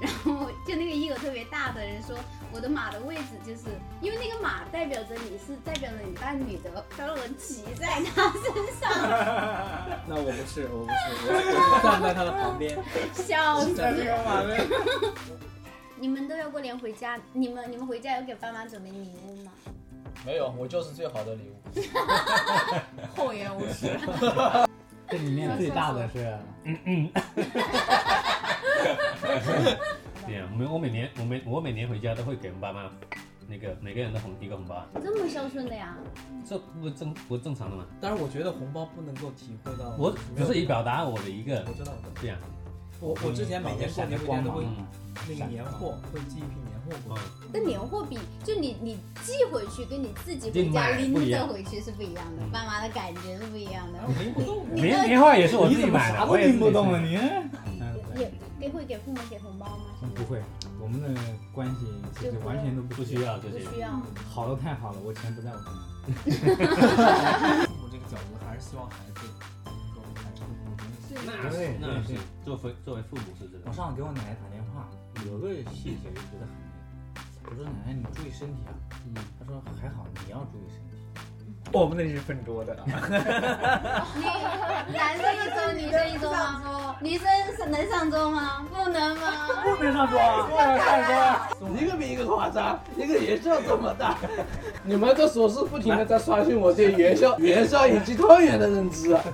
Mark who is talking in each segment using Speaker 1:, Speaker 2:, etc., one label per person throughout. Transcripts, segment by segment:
Speaker 1: 然后 就那个 ego 特别大的人说，我的马的位置就是因为那个马代表着你是代表着你伴侣的，他让我骑在他身上，
Speaker 2: 那我不是，我不是，我是我是站在他的 旁边，
Speaker 1: 笑
Speaker 2: 我是
Speaker 1: 死
Speaker 2: 站在
Speaker 1: 了。
Speaker 2: 他的旁边。
Speaker 1: 你们都要过年回家，你们你们回家有给爸妈准备礼物吗？
Speaker 3: 没有，我就是最好的礼物。
Speaker 4: 厚颜无耻。
Speaker 5: 这里面最大的是，嗯嗯。对啊呀，我们我每年我每我每年回家都会给我们爸妈那个每个人的红一个红包啊，
Speaker 1: 这么孝顺的呀？
Speaker 5: 这不正不正常的吗？
Speaker 2: 但是我觉得红包不能够体会到，
Speaker 5: 我只是以表达我的一个
Speaker 2: 我知道的。
Speaker 5: 对呀，
Speaker 2: 我我之前每年过年回家都会
Speaker 5: 嗯
Speaker 2: 那个年货，会寄一批年货过
Speaker 5: 嗯
Speaker 2: 来。
Speaker 1: 跟年货比，就你你寄回去跟你自己回
Speaker 5: 你
Speaker 1: 家
Speaker 5: 买不
Speaker 1: 拎
Speaker 5: 一
Speaker 1: 着
Speaker 5: 样
Speaker 1: 回去是不一样的，
Speaker 5: 嗯
Speaker 1: 爸妈的感觉是不一样的。
Speaker 2: 拎不动，
Speaker 1: 你
Speaker 5: 年
Speaker 1: 的
Speaker 5: 年画也是我
Speaker 6: 你
Speaker 5: 自己
Speaker 6: 怎么
Speaker 5: 买
Speaker 6: 啥
Speaker 5: 的，
Speaker 6: 都
Speaker 5: 我也
Speaker 6: 拎不动
Speaker 5: 了
Speaker 6: 了你？
Speaker 1: 也给会给父母给红包吗？
Speaker 6: 嗯不会，我们的关系其实完全都不
Speaker 5: 不需，要这
Speaker 1: 不
Speaker 5: 些，
Speaker 1: 需要。
Speaker 6: 好的太好了，我钱不在我身上。
Speaker 7: 嗯
Speaker 2: 父母这个角度还是希望孩子能够完成很多东
Speaker 1: 嗯
Speaker 2: 西。
Speaker 5: 那是那是作为作为父母是这
Speaker 6: 我
Speaker 5: 个，
Speaker 6: 上次给我奶奶打电话，有个细节就觉得很那个，我说奶奶你注意身体啊，
Speaker 5: 嗯，
Speaker 6: 她说还好，你要注意身体。
Speaker 2: 我们那是分桌的，
Speaker 1: 你男生一桌，女生一桌吗？女生是能上桌吗？不能吗？
Speaker 6: 不能上桌啊，不能上桌啊。
Speaker 8: 一个比一个夸张，一个元宵这么大，你们的手势不停的在刷新我对元宵、元宵以及汤圆的认知啊。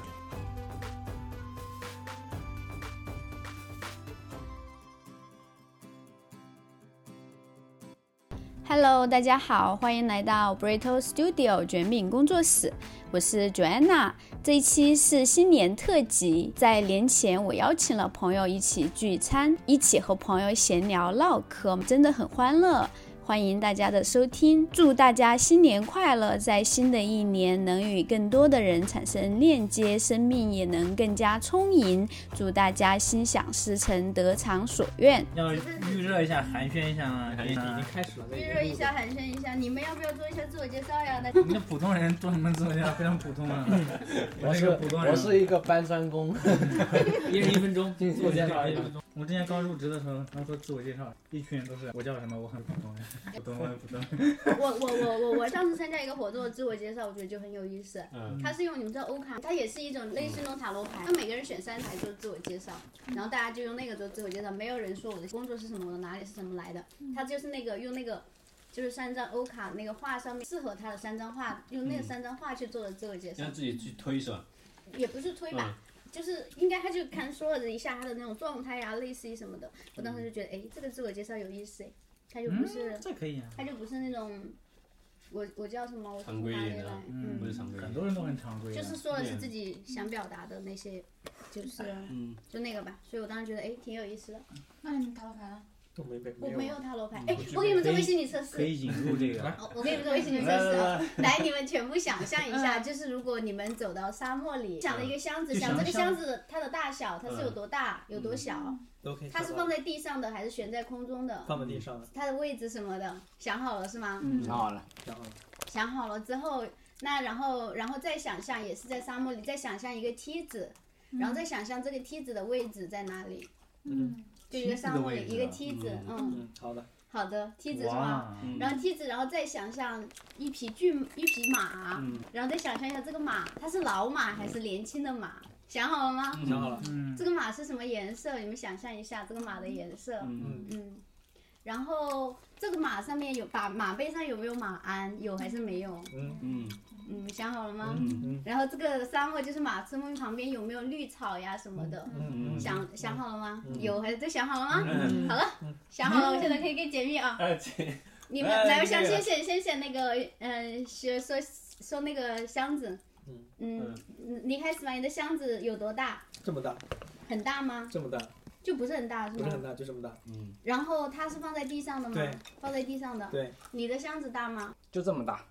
Speaker 1: Hello，大家好，欢迎来到 Brito Studio 卷饼工作室，我是 Joanna。这一期是新年特辑，在年前我邀请了朋友一起聚餐，一起和朋友闲聊唠嗑，真的很欢乐。欢迎大家的收听，祝大家新年快乐！在新的一年能与更多的人产生链接，生命也能更加充盈。祝大家心想事成，得偿所愿。
Speaker 7: 要预热一下，寒暄一下啊吗？
Speaker 2: 已经开始了。
Speaker 4: 预热一下，寒暄一下，你们要不要做一下自我介绍呀？大
Speaker 7: 你那普通人做什么做呀？非常普通啊！我是个普通人，
Speaker 8: 我是一个搬砖工，
Speaker 7: 一人一分钟，自我介绍
Speaker 2: 一
Speaker 7: 一分钟。我之前刚入职的时候，他说自我介绍，一群人都是我叫什么，我很普通，普通，我很普通。
Speaker 4: 我我我我我上次参加一个活动，自我介绍我觉得就很有意思。
Speaker 5: 嗯
Speaker 4: 它是用你们知道欧卡，它也是一种类似那种塔罗牌，它每个人选三台做自我介绍，然后大家就用那个做自我介绍，没有人说我的工作是什么，我的哪里是什么来的，它就是那个用那个。就是三张欧卡那个画上面适合他的三张画，用那
Speaker 5: 嗯
Speaker 4: 三张画去做的自我介绍，
Speaker 5: 让自己去推是吧？
Speaker 4: 也不是推吧，
Speaker 5: 嗯
Speaker 4: 就是应该他就看说了一下他的那种状态呀、类似于什么的。我当时就觉得，哎，这个自我介绍有意思，哎，他就不是、
Speaker 7: 这可以啊，
Speaker 4: 他就不是那种，我我叫什么，我
Speaker 5: 常规一点的啊
Speaker 4: 从哪里来
Speaker 7: 嗯
Speaker 5: 不是常规，
Speaker 7: 很多人都很常规啊
Speaker 4: 就
Speaker 7: 的。
Speaker 4: 是说的是
Speaker 5: 对
Speaker 4: 自己想表达的那些，就是
Speaker 5: 嗯，
Speaker 4: 就那个吧。所以我当时觉得，哎，挺有意思的。
Speaker 1: 那你们塔罗牌了？
Speaker 2: 都没被
Speaker 4: 我没有塔罗牌，
Speaker 7: 嗯
Speaker 4: 哎，我给你们做
Speaker 7: 可以
Speaker 4: 个心理测试
Speaker 7: 可。以引入这个，
Speaker 4: 哦我给你们做微信的测试啊， 来，你们全部想象一下，就是如果你们走到沙漠里，想了一个箱子，
Speaker 7: 嗯就
Speaker 4: 想
Speaker 7: 想
Speaker 4: 这个
Speaker 7: 象嗯
Speaker 4: 箱子它的大小，它是有多大，有多小，
Speaker 2: 都可以
Speaker 4: 它是放在地上的还是悬在空中的，
Speaker 2: 放在地上的，
Speaker 4: 它的位置什么的，想好了是吗？
Speaker 1: 嗯
Speaker 8: 好了，
Speaker 2: 然后
Speaker 4: 想好了之后，那然后然后再想象，也是在沙漠里，再想象一个梯子，然后再想象这个梯子的位置在哪里，
Speaker 2: 嗯
Speaker 4: 就一个沙漠里
Speaker 7: 梯子的位置啊
Speaker 4: 一个梯子，
Speaker 5: 嗯
Speaker 4: 嗯，
Speaker 2: 嗯，好的，
Speaker 4: 好的，梯子是吗？
Speaker 7: 哇，
Speaker 5: 嗯
Speaker 4: 然后梯子，然后再想象一匹骏一匹马，
Speaker 5: 嗯
Speaker 4: 然后再想象一下这个马，它是老马还是年轻的马？想好了吗？
Speaker 2: 想好了，
Speaker 7: 嗯
Speaker 4: 这，个马是什么颜色？你们想象一下这个马的颜色。
Speaker 5: 嗯，
Speaker 2: 嗯，
Speaker 4: 嗯，然后这个马上面有把马背上有没有马鞍？有还是没有？
Speaker 5: 嗯
Speaker 4: 嗯，想好了吗？
Speaker 5: 嗯
Speaker 4: 然后这个沙漠就是马车梦旁边有没有绿草呀什么的？
Speaker 5: 嗯嗯，
Speaker 4: 想想好了吗？
Speaker 2: 嗯
Speaker 4: 有还是都想好了吗？
Speaker 5: 嗯
Speaker 4: 好了，想好了，我现在可以给解密啊。
Speaker 2: 哎，这
Speaker 4: 你们来，我想先写先写那个，嗯、学说说那个箱子，
Speaker 2: 嗯
Speaker 4: 嗯，你开始吧，你的箱子有多大？
Speaker 2: 这么大，
Speaker 4: 很大吗？
Speaker 2: 这么大，
Speaker 4: 就不是很大是
Speaker 2: 不是很
Speaker 4: 吗？
Speaker 2: 大，就这么大，
Speaker 5: 嗯
Speaker 4: 然后它是放在地上的吗？
Speaker 2: 对，
Speaker 4: 放在地上的。
Speaker 2: 对，
Speaker 4: 你的箱子大吗？
Speaker 8: 就这么大，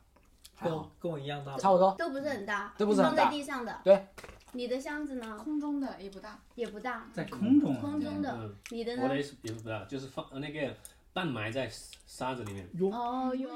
Speaker 2: 跟我跟我一样大，
Speaker 8: 差不多。
Speaker 4: 都不是很大，
Speaker 8: 都不是很大
Speaker 4: 放在地上的。
Speaker 8: 对。
Speaker 4: 你的箱子呢？
Speaker 9: 空中的也不大，
Speaker 4: 也不大，
Speaker 7: 在空中啊，
Speaker 4: 空中的。
Speaker 5: 嗯，
Speaker 4: 你的
Speaker 5: 我的
Speaker 4: 呢？
Speaker 5: 也是也不知道，就是放呃那个半埋在沙子里面，
Speaker 4: 哦哟。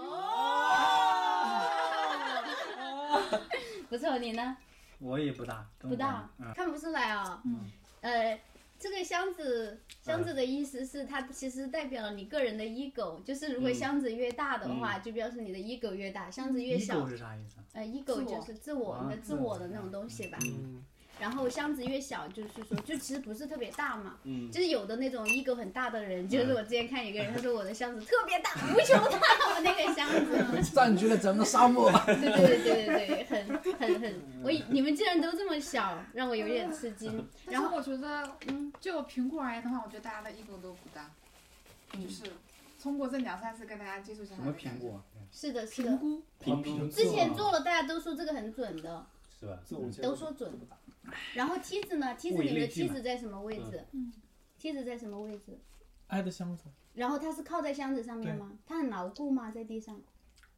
Speaker 4: 不错，你呢？
Speaker 7: 我也不大，跟
Speaker 4: 不
Speaker 7: 我
Speaker 4: 大
Speaker 7: 嗯，
Speaker 4: 看不出来哦。
Speaker 9: 嗯。
Speaker 4: 呃，这个箱子箱子的意思是它其实代表了你个人的 ego，就是如果
Speaker 5: 嗯
Speaker 4: 箱子越大的话，就表示你的 ego 越大；箱子越
Speaker 7: 一
Speaker 4: 小
Speaker 7: 狗，是啥意思啊？
Speaker 4: 呃，ego 就是自我你的自我的那种东西吧。
Speaker 5: 嗯
Speaker 8: 嗯
Speaker 4: 然后箱子越小，就是说，就其实不是特别大嘛。
Speaker 5: 嗯，
Speaker 4: 就是有的那种 ego 很大的人，就是我之前看一个人，他说我的箱子特别大，无穷大，我那个箱子。
Speaker 8: 占据了整个沙漠。
Speaker 4: 对对对对对对，很很很，
Speaker 5: 嗯
Speaker 4: 我以你们竟然都这么小，让我有点吃惊。
Speaker 9: 但
Speaker 4: 然
Speaker 9: 是
Speaker 4: 后
Speaker 9: 我觉得，
Speaker 4: 嗯
Speaker 9: 就评估而言的话，我觉得大家的 ego 都不大，
Speaker 4: 嗯
Speaker 9: 就是通过这两三次跟大家接触下来，
Speaker 7: 什么苹？果啊？
Speaker 4: 是的，是
Speaker 9: 评
Speaker 4: 的，
Speaker 9: 估，
Speaker 5: 评估
Speaker 4: 之前做了，大家都说这个很准的，
Speaker 5: 是吧？嗯
Speaker 2: 自我介
Speaker 4: 都说准。然后梯子呢？梯子
Speaker 5: 物以
Speaker 4: 你们的
Speaker 5: 类聚
Speaker 4: 梯
Speaker 5: 嘛
Speaker 4: 子在什么位置？
Speaker 9: 嗯，
Speaker 4: 梯子在什么位置？
Speaker 2: 挨着箱子，
Speaker 4: 然后它是靠在箱子上面吗？它很牢固吗？在地上，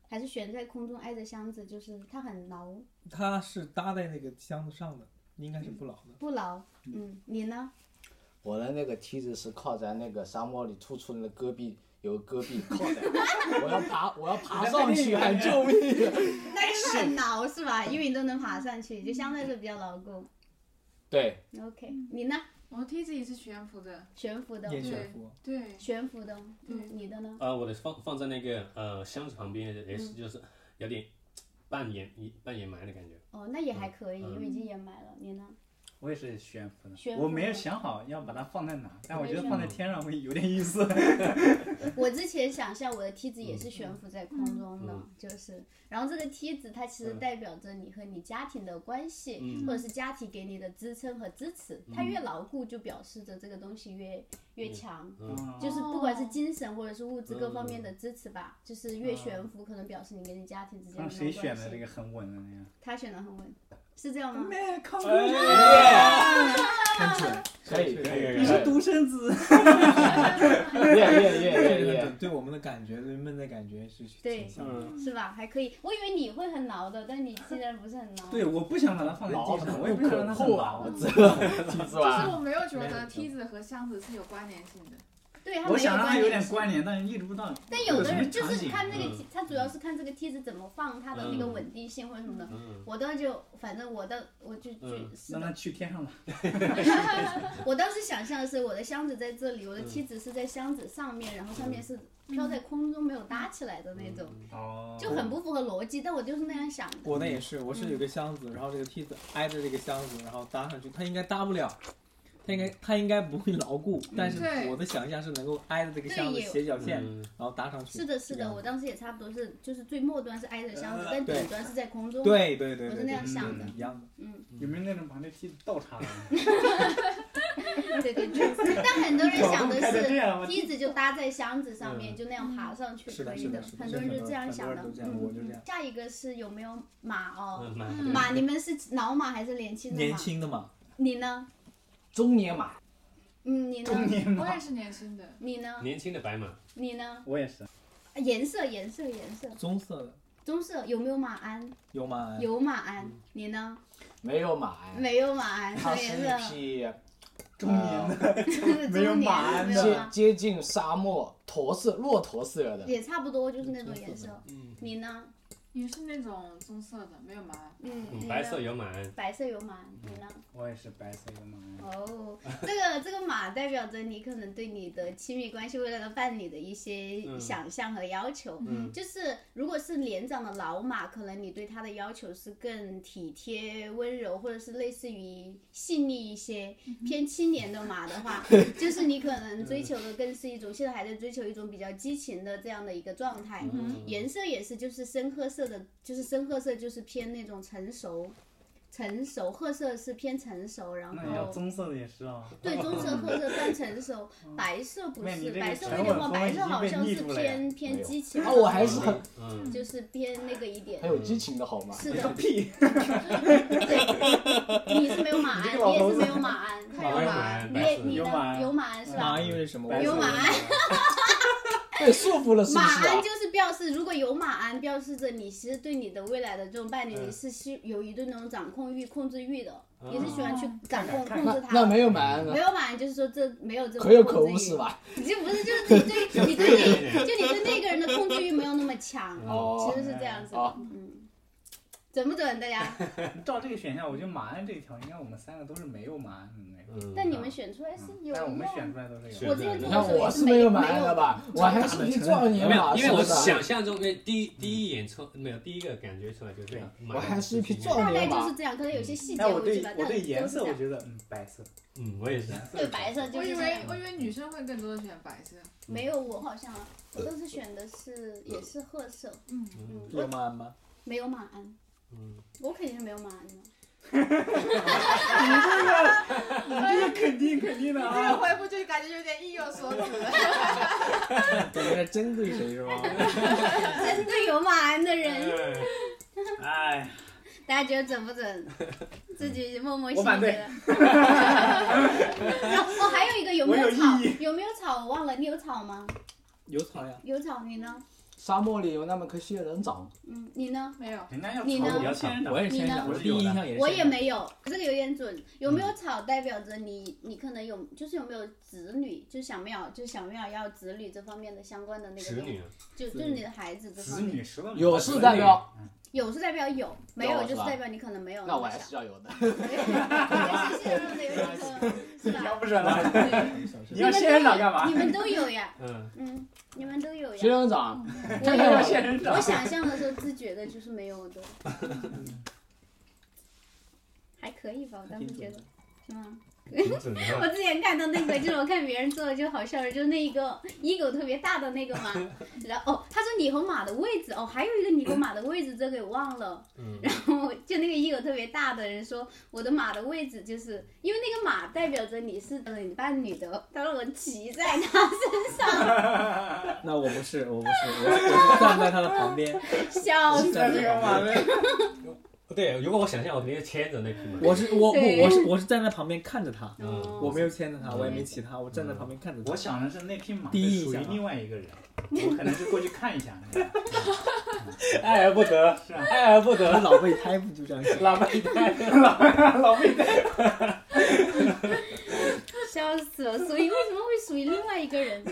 Speaker 4: 还是悬在空中挨着箱子？就是它很牢
Speaker 2: 它是搭在那个箱子上的，应该是不牢的。
Speaker 4: 不牢？嗯，你呢？
Speaker 6: 我的那个梯子是靠在那个沙漠里突出的戈壁，有戈壁靠在，我要爬，我要爬上去喊救命。
Speaker 4: 那就是 很牢是吧？因为你都能爬上去，就相对来说比较牢固。
Speaker 6: 对，
Speaker 4: OK，你呢？
Speaker 9: 我的梯子也是悬浮的，
Speaker 4: 悬浮的，
Speaker 2: 也
Speaker 9: 是
Speaker 2: 悬浮，
Speaker 9: 对，
Speaker 4: 嗯悬浮的，
Speaker 9: 对
Speaker 4: 嗯，你的呢？
Speaker 5: 啊，我的放放在那个呃箱子旁边，也
Speaker 4: 嗯
Speaker 5: 是就是有点半掩半掩埋的感觉。
Speaker 4: 哦，那也还可以，
Speaker 5: 嗯
Speaker 4: 因为已经掩埋了。你 呢？
Speaker 7: 我也是悬浮的，
Speaker 4: 悬浮的
Speaker 7: 我没有想好要把它放在哪，但我觉
Speaker 4: 我也
Speaker 7: 得
Speaker 4: 是
Speaker 7: 放在天上会有点意 思。
Speaker 4: 我之前想象我的梯子也是悬浮在空中的，
Speaker 5: 嗯
Speaker 4: 就是，然后这个梯子它其
Speaker 7: 嗯
Speaker 4: 实代表着你和你家庭的关系，
Speaker 5: 嗯
Speaker 4: 或者是家庭给你的支撑和支持。
Speaker 7: 嗯
Speaker 4: 它越牢固，就表示着这个东西越越强。
Speaker 5: 嗯，
Speaker 4: 就是不
Speaker 9: 哦
Speaker 4: 管是精神或者是物质各
Speaker 5: 嗯
Speaker 4: 方面的支持吧，就是越悬浮，可能表示你跟你家庭之间的
Speaker 7: 那
Speaker 4: 那
Speaker 7: 嗯谁
Speaker 4: 种关
Speaker 7: 选的这
Speaker 4: 系。
Speaker 7: 个很稳的那个？
Speaker 4: 他选的很稳，是这样吗？
Speaker 5: 哎
Speaker 2: 很准，
Speaker 6: 可以，可以。
Speaker 7: 你是独生子，
Speaker 6: 耶耶耶
Speaker 2: 这
Speaker 6: 耶
Speaker 2: 个
Speaker 6: 耶
Speaker 2: 对！对我们的感觉，对闷的感觉是
Speaker 4: 对
Speaker 2: 挺像的。
Speaker 5: 嗯
Speaker 4: 是吧？还可以。我以为你会很挠的，但你竟然不是很挠。
Speaker 7: 对，我不想把它放在
Speaker 6: 牢
Speaker 7: 地上，我也不想让它很
Speaker 6: 厚啊，
Speaker 7: 牢
Speaker 6: 我。知道，梯子
Speaker 9: 就是
Speaker 6: 吧？
Speaker 9: 我没有觉得梯子和箱子是有关联性的，
Speaker 4: 对，它
Speaker 7: 我
Speaker 4: 没有
Speaker 7: 想让它
Speaker 4: 关
Speaker 7: 有
Speaker 4: 联
Speaker 7: 点
Speaker 4: 性
Speaker 7: 关联，但是意识不到。
Speaker 4: 但有的人
Speaker 7: 什
Speaker 4: 就
Speaker 7: 么场
Speaker 4: 是
Speaker 7: 景
Speaker 4: 看那个
Speaker 5: 嗯
Speaker 4: 梯，他主要是看这个梯子怎么放，它的那个
Speaker 5: 嗯
Speaker 4: 稳定性或者什么的。
Speaker 5: 嗯
Speaker 4: 我当时就，反正我的我就就
Speaker 5: 嗯
Speaker 4: 是
Speaker 7: 让它
Speaker 4: 的，
Speaker 7: 去天上吧。
Speaker 4: 我当时想象的是我的箱子在这里，我的梯子是在箱子上面，然后上面是飘在空中没有搭起来的那种，
Speaker 5: 嗯
Speaker 7: 哦
Speaker 4: 就很不符合逻辑，但我就是那样想的。
Speaker 2: 我的也是，我是有个箱子，然后这个梯子挨着这个箱子，然后搭上去，它应该搭不了，它应该它应该不会牢固，但是
Speaker 9: 对
Speaker 2: 我的想象是能够挨着这个箱子
Speaker 4: 对也
Speaker 2: 斜角线，
Speaker 5: 嗯
Speaker 2: 然后搭上去。
Speaker 4: 是的，是
Speaker 2: 这个
Speaker 4: 的，我当时也差不多是，就是最末端是挨着箱子，但
Speaker 2: 对
Speaker 4: 顶端是在空中。，
Speaker 2: 对对对
Speaker 4: 我
Speaker 2: 对，
Speaker 4: 是那样想的
Speaker 2: 对。一样的。
Speaker 4: 嗯，
Speaker 7: 有没有那种把那梯子倒插的？
Speaker 4: 对对对。但很多人 想的
Speaker 7: 开成
Speaker 4: 是
Speaker 7: 这。样吗？
Speaker 4: 梯子就搭在箱子上面，就那样爬上去
Speaker 2: 嗯是
Speaker 4: 可
Speaker 2: 的，
Speaker 4: 以
Speaker 2: 是的，是的，
Speaker 4: 很多人
Speaker 2: 是
Speaker 4: 就
Speaker 2: 的
Speaker 4: 这样想
Speaker 2: 很
Speaker 4: 的
Speaker 2: 多人都。这样，我
Speaker 4: 嗯，
Speaker 2: 就这样。
Speaker 4: 下一个是有没有马哦？
Speaker 5: 嗯，蛮
Speaker 9: 嗯
Speaker 4: 马，你们是老马还是年轻的
Speaker 2: 年
Speaker 4: 马？
Speaker 2: 轻的嘛，
Speaker 4: 你呢？
Speaker 6: 中年马，
Speaker 4: 嗯，你
Speaker 7: 中
Speaker 4: 呢？
Speaker 7: 年
Speaker 9: 我也
Speaker 7: 吗？
Speaker 9: 是年轻的，
Speaker 4: 你呢？
Speaker 5: 年轻的白马，
Speaker 4: 你呢？
Speaker 7: 我也是。
Speaker 4: 啊颜色，颜色，颜色，
Speaker 2: 棕色的
Speaker 4: 棕色有没有马鞍？
Speaker 2: 有吗？
Speaker 4: 有嗯马鞍。
Speaker 2: 嗯
Speaker 4: 你呢？
Speaker 6: 没有马哎，
Speaker 4: 没有马鞍，什
Speaker 6: 它
Speaker 4: 么
Speaker 6: 是一
Speaker 4: 颜色？
Speaker 6: 匹
Speaker 7: 中年的，
Speaker 4: 没有马鞍没有
Speaker 6: 接
Speaker 4: 吗
Speaker 6: 接近沙漠驼色骆驼色的，
Speaker 4: 也差不多，啊就是那种颜色。
Speaker 5: 嗯
Speaker 4: 你呢？
Speaker 9: 也是那种棕色的，没有毛。
Speaker 4: 嗯，你呢
Speaker 5: 白色，有马，
Speaker 4: 白色有马鞍。你呢？
Speaker 7: 我也是白色的马。
Speaker 4: 哦，这个 这个马代表着你可能对你的亲密关系未来的伴侣的一些
Speaker 5: 嗯
Speaker 4: 想象和要求。
Speaker 5: 嗯
Speaker 4: 就是如果是年长的老马，可能你对他的要求是更体贴、温柔，或者是类似于细腻一些。
Speaker 5: 嗯
Speaker 4: 偏青年的马的 话，就是你可能追求的更是一种现在还在追求一种比较激情的这样的一个状态。
Speaker 5: 嗯
Speaker 4: 颜色也是，就是深褐色的，就是深褐色就是偏那种成熟。成熟褐色是偏成熟，然后
Speaker 7: 那要棕色的也是啊。
Speaker 4: 对，棕色、褐色算成熟，白色不
Speaker 7: 那你
Speaker 4: 是，
Speaker 7: 嗯这个
Speaker 4: 白色
Speaker 7: 陈
Speaker 4: 有点
Speaker 7: 晚风
Speaker 4: 晃，白
Speaker 7: 已
Speaker 4: 色
Speaker 7: 经
Speaker 4: 好
Speaker 7: 被
Speaker 4: 像
Speaker 7: 腻
Speaker 4: 是
Speaker 7: 住了呀
Speaker 4: 偏
Speaker 6: 没
Speaker 4: 偏
Speaker 6: 有
Speaker 4: 激情的，
Speaker 6: 啊，我还是很
Speaker 5: 嗯
Speaker 4: 就是偏那个一点
Speaker 6: 很。有激情的好吗？
Speaker 4: 是的，
Speaker 7: 屁！
Speaker 4: 对，你是没有马鞍，
Speaker 7: 你这个老
Speaker 4: 你也
Speaker 7: 头
Speaker 4: 是
Speaker 7: 子
Speaker 4: 没有马鞍，
Speaker 9: 他有
Speaker 5: 有
Speaker 9: 马，
Speaker 5: 马，
Speaker 4: 你
Speaker 5: 白
Speaker 4: 也
Speaker 5: 色
Speaker 4: 你
Speaker 7: 有马
Speaker 4: 呢？
Speaker 7: 鞍
Speaker 4: 有马鞍是吧？
Speaker 2: 马意味什么？
Speaker 7: 白色
Speaker 4: 啊有
Speaker 7: 的啊
Speaker 4: 马鞍
Speaker 6: 被束缚了是不
Speaker 4: 马
Speaker 6: 是啊
Speaker 4: 鞍？就是表示，如果有马鞍，表示着你其实对你的未来的这种伴侣，
Speaker 7: 嗯
Speaker 4: 你是是有一定那种掌控欲、控制欲的，
Speaker 5: 嗯
Speaker 4: 你嗯是喜欢
Speaker 7: 嗯
Speaker 4: 去掌控、控
Speaker 6: 那
Speaker 4: 制它
Speaker 6: 那
Speaker 4: 的。
Speaker 6: 没有马呢
Speaker 4: 没？有马鞍就是说这没有这种
Speaker 6: 可有可
Speaker 4: 控制
Speaker 6: 无
Speaker 4: 欲
Speaker 6: 是吧？
Speaker 4: 你就不是就是你对你对 你就你对那个人的控制欲没有那么强，
Speaker 6: 哦
Speaker 4: 其实是这样子的，
Speaker 6: 哦
Speaker 4: 嗯。准不准？大家？
Speaker 7: 照这个选项，我觉得马鞍这一条，应该我们三个都是没有马鞍的那个，
Speaker 5: 嗯
Speaker 4: 但你们选出来是有
Speaker 7: 但我
Speaker 4: 用
Speaker 7: 们选
Speaker 4: 啊。
Speaker 7: 出来都是
Speaker 5: 选
Speaker 7: 有。
Speaker 4: 我之前
Speaker 6: 你
Speaker 4: 做的
Speaker 6: 看
Speaker 4: 时候
Speaker 6: 我
Speaker 4: 也
Speaker 6: 是
Speaker 4: 没
Speaker 6: 没有
Speaker 4: 没
Speaker 6: 买的
Speaker 4: 有
Speaker 6: 吧？我还是一撞你
Speaker 5: 没有，
Speaker 6: 马，
Speaker 5: 因为我
Speaker 6: 是不是
Speaker 5: 想象中的第一第一眼出没有第一个感觉出来就这样，
Speaker 6: 啊我还是一匹壮
Speaker 4: 大
Speaker 6: 年
Speaker 4: 概
Speaker 6: 马
Speaker 4: 就是这样，可能有些细节
Speaker 7: 哎，我
Speaker 4: 我
Speaker 7: 对
Speaker 4: 记得，
Speaker 7: 我
Speaker 4: 但
Speaker 7: 对颜色
Speaker 4: 都
Speaker 7: 我
Speaker 4: 是这
Speaker 7: 觉
Speaker 4: 样
Speaker 7: 得嗯白色，
Speaker 5: 嗯，我也是，
Speaker 4: 对白 色就
Speaker 9: 我
Speaker 4: 是
Speaker 9: 以
Speaker 4: 这样
Speaker 9: 为我以为女生会更多的选白色，
Speaker 4: 没有我好像我当时选的是也是褐色，
Speaker 9: 嗯，
Speaker 4: 嗯，
Speaker 2: 有
Speaker 4: 我
Speaker 2: 马鞍吗？
Speaker 4: 没有马鞍，
Speaker 5: 嗯，
Speaker 4: 我肯定是没有马鞍 的。
Speaker 7: 这个肯定肯定的
Speaker 9: 这个
Speaker 7: 啊！
Speaker 9: 回复就感觉有点意有所指。
Speaker 6: 感觉在针对谁是吧？
Speaker 4: 针对有马鞍的人，
Speaker 5: 哎
Speaker 7: 哎呀，
Speaker 4: 大家觉得准 不准？自己默默细
Speaker 7: 我反
Speaker 4: 节
Speaker 7: 对
Speaker 4: 了。哦，还有一个有没
Speaker 7: 我有
Speaker 4: 草？
Speaker 7: 异议
Speaker 4: 有没有草？我忘了，你有草吗？
Speaker 2: 有草呀，
Speaker 4: 有草，你呢？
Speaker 6: 沙漠里有那么棵仙人掌，
Speaker 4: 嗯，你呢？
Speaker 9: 没有，
Speaker 7: 人家要
Speaker 4: 你呢
Speaker 7: 草原仙人掌
Speaker 8: 我也
Speaker 4: 你
Speaker 8: 先
Speaker 4: 呢
Speaker 8: 讲，我第一印象也是。
Speaker 4: 我也。没有，这个有点准。有没有草代表着你，你可能有，就是有没有子女，就想不要，就想不要要子女这方面的相关的那个
Speaker 5: 侄
Speaker 4: 东西，
Speaker 5: 女啊，
Speaker 4: 就就是你的孩子这
Speaker 7: 子
Speaker 4: 方面。
Speaker 7: 女石头
Speaker 6: 有事代表，
Speaker 7: 嗯
Speaker 4: 有是代表有，没有
Speaker 6: 有
Speaker 4: 就是
Speaker 6: 是吧
Speaker 4: 代表你可能没有
Speaker 6: 那我
Speaker 4: 么
Speaker 6: 还
Speaker 4: 想
Speaker 6: 是要有的。
Speaker 4: 是是有点多，是吧？
Speaker 7: 不准了。你
Speaker 4: 你
Speaker 7: 要
Speaker 4: 们
Speaker 7: 仙人掌干
Speaker 4: 你
Speaker 7: 嘛？
Speaker 4: 们都有呀，
Speaker 5: 嗯，
Speaker 4: 嗯，你们都有
Speaker 6: 仙
Speaker 4: 呀。
Speaker 6: 人掌，
Speaker 4: 我
Speaker 7: 这叫
Speaker 4: 有，
Speaker 7: 仙人掌
Speaker 4: 我。想象的时候自觉的就是没有的，还可以吧，我当时嗯觉得，是吗？
Speaker 5: 挺准的啊。
Speaker 4: 我之前看到那个，就是我看别人做的就好笑了，就是那一个 ego 特别大的那个嘛，然后哦，他说你和马的位置，哦，还有一个你和马的位置，这个给忘了。
Speaker 5: 嗯，
Speaker 4: 就那个 ego 特别大的人说，我的马的位置就是因为那个马代表着你是呃你伴侣的，他说我骑在他身上，
Speaker 2: 那我不是，我不是，我是我是站在他的旁边，
Speaker 4: 笑死
Speaker 2: 站在
Speaker 4: 了。
Speaker 2: 他旁边，
Speaker 5: 对，如果我想象，我肯定牵着那匹马。
Speaker 2: 我是我
Speaker 4: 对
Speaker 2: 不我是我是站在旁边看着他，
Speaker 5: 嗯
Speaker 2: 我没有牵着他，我也没骑他，嗯我站在旁边看着他
Speaker 7: 我。想的是那匹马
Speaker 2: 第一印
Speaker 7: 属于
Speaker 2: 象
Speaker 7: 另外一个人，我可能是过去看一下。
Speaker 5: 爱而不得，爱 而不得。
Speaker 2: 我老备胎不就这样想？
Speaker 5: 老半天，
Speaker 4: 笑死了，所以为什么会属于另外一个人？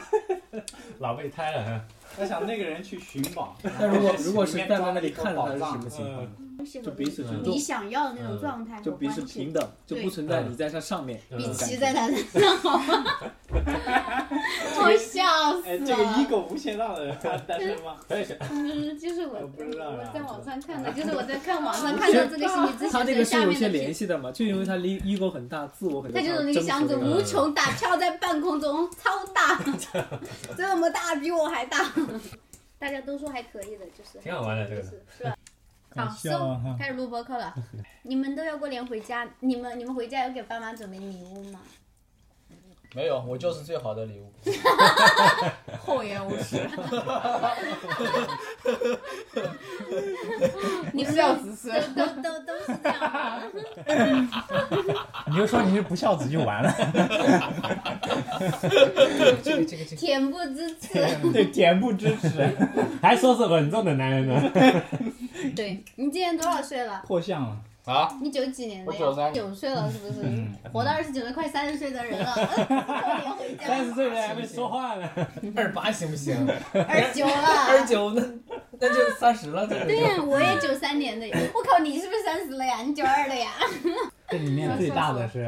Speaker 5: 老备胎了哈。
Speaker 7: 我想那个人去寻宝，
Speaker 2: 但如 果如果是
Speaker 7: 里面
Speaker 2: 站在那
Speaker 7: 装了
Speaker 2: 里
Speaker 7: 一个
Speaker 2: 看着
Speaker 7: 宝
Speaker 2: 他是什
Speaker 7: 藏
Speaker 2: 么情
Speaker 5: 嗯
Speaker 2: 况？就彼此尊重
Speaker 4: 你，想要的那种状态和
Speaker 2: 就彼此
Speaker 4: 关系
Speaker 2: 平等，就不存在
Speaker 5: 嗯
Speaker 2: 你在他上面。
Speaker 5: 嗯
Speaker 4: 比骑在他身上好吗？我笑死
Speaker 7: 哎，这个
Speaker 4: 了。
Speaker 7: ego 无限大的人，他单身吗？
Speaker 5: 可以选
Speaker 4: 嗯，就是 我
Speaker 7: 我不知道啊
Speaker 4: 我在网上看的，就是我在看 网上看到这个心理咨询
Speaker 2: 他这
Speaker 4: 的
Speaker 2: 个是
Speaker 4: 下
Speaker 2: 有
Speaker 4: 面
Speaker 2: 些
Speaker 4: 的评
Speaker 2: 联系的嘛，就因为他 e ego 很大，自我很大，
Speaker 4: 它就是那个箱子
Speaker 2: 征服
Speaker 5: 的
Speaker 4: 无穷大，飘在半空中，超大，这么大比我还大。大家都说还可以的，就是
Speaker 5: 挺好玩
Speaker 2: 嗯
Speaker 5: 的这
Speaker 4: 就
Speaker 5: 个。
Speaker 4: 是是吧？好， 收，开始录播客了。你们都要过年回家，你们你们回家有给爸妈准备礼物吗？
Speaker 3: 没有，我就是最好的礼物。
Speaker 9: 厚颜无耻，
Speaker 4: 你们
Speaker 9: 孝
Speaker 4: 都
Speaker 9: 子孙。
Speaker 4: 都 都都都是这样啊吗。
Speaker 8: 你就说你是不孝子就完 了。
Speaker 4: 恬不知耻。
Speaker 8: 对，恬不知耻，
Speaker 5: 还说是稳重的男人呢。
Speaker 4: 对你今年多少岁了？
Speaker 8: 破相了。
Speaker 3: 啊？
Speaker 4: 你九几年的呀？
Speaker 3: 我93
Speaker 4: 九岁了是不是？活到二十九岁，快三十岁的人了，过年回家。
Speaker 5: 三十岁了还没说话呢。
Speaker 2: 二八行不行？
Speaker 4: 二十九了。
Speaker 2: 二十九那 那就三十了，这
Speaker 4: 对呀、我也九三年的，我靠，你是不是三十了呀？你九二的呀？
Speaker 8: 这里面最大的是，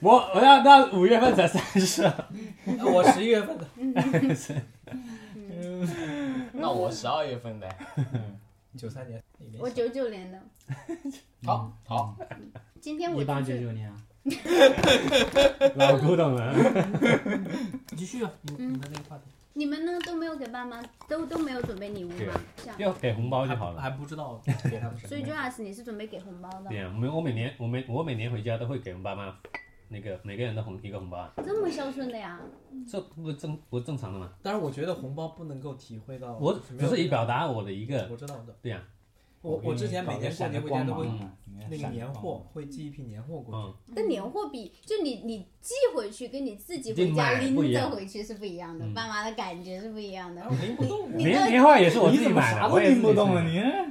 Speaker 5: 我我要到五月份才三十。
Speaker 2: 我十一月份的，
Speaker 3: 那我十二月份的。
Speaker 2: 九三年，
Speaker 4: 我九九年的。
Speaker 3: 好，好，
Speaker 4: 今天我
Speaker 8: 一八
Speaker 4: 出
Speaker 8: 九
Speaker 4: 去
Speaker 8: 九年啊，
Speaker 5: 老古 董了。
Speaker 2: 继续啊，你
Speaker 4: 嗯
Speaker 2: 你的那个话题，
Speaker 4: 你们呢都没有给爸妈都都没有准备礼物
Speaker 5: 对
Speaker 4: 吗
Speaker 5: 啊？
Speaker 4: 这样，
Speaker 5: 要给红包就好
Speaker 2: 还
Speaker 5: 了。
Speaker 2: 不知道给他们什
Speaker 4: 所以
Speaker 2: 么。
Speaker 4: Jonas 你是准备给红包的
Speaker 5: 对，呀，我们我每年我每我每年回家都会给我爸妈那个每个人的红一个红包啊，
Speaker 4: 这么孝顺的呀？
Speaker 5: 这不正不正常的吗？
Speaker 2: 但是我觉得红包不能够体会到，
Speaker 5: 我
Speaker 2: 哦是没
Speaker 5: 只
Speaker 2: 有
Speaker 5: 是以表达我的一
Speaker 2: 那个，
Speaker 5: 个
Speaker 2: 我知道，我知道。
Speaker 5: 对呀，啊
Speaker 2: 我我之前每年过年回家都会那个
Speaker 8: 闪
Speaker 2: 年
Speaker 8: 光
Speaker 2: 货，会寄一批年货过去。
Speaker 5: 嗯
Speaker 4: 跟年货比，就你你寄回去跟你自己
Speaker 5: 一定
Speaker 4: 回家
Speaker 5: 买
Speaker 4: 拎
Speaker 5: 不一
Speaker 4: 着
Speaker 5: 样
Speaker 4: 回去是不一样的，
Speaker 5: 嗯
Speaker 4: 爸妈的感觉是不一样的
Speaker 2: 然。后拎不动，
Speaker 4: 你
Speaker 5: 年
Speaker 4: 的
Speaker 5: 年画也是 我
Speaker 8: 你
Speaker 5: 自己
Speaker 8: 怎么
Speaker 5: 买
Speaker 8: 啥
Speaker 5: 的，
Speaker 8: 都
Speaker 5: 我也是
Speaker 8: 听不懂啊
Speaker 5: 自己买的
Speaker 8: 你？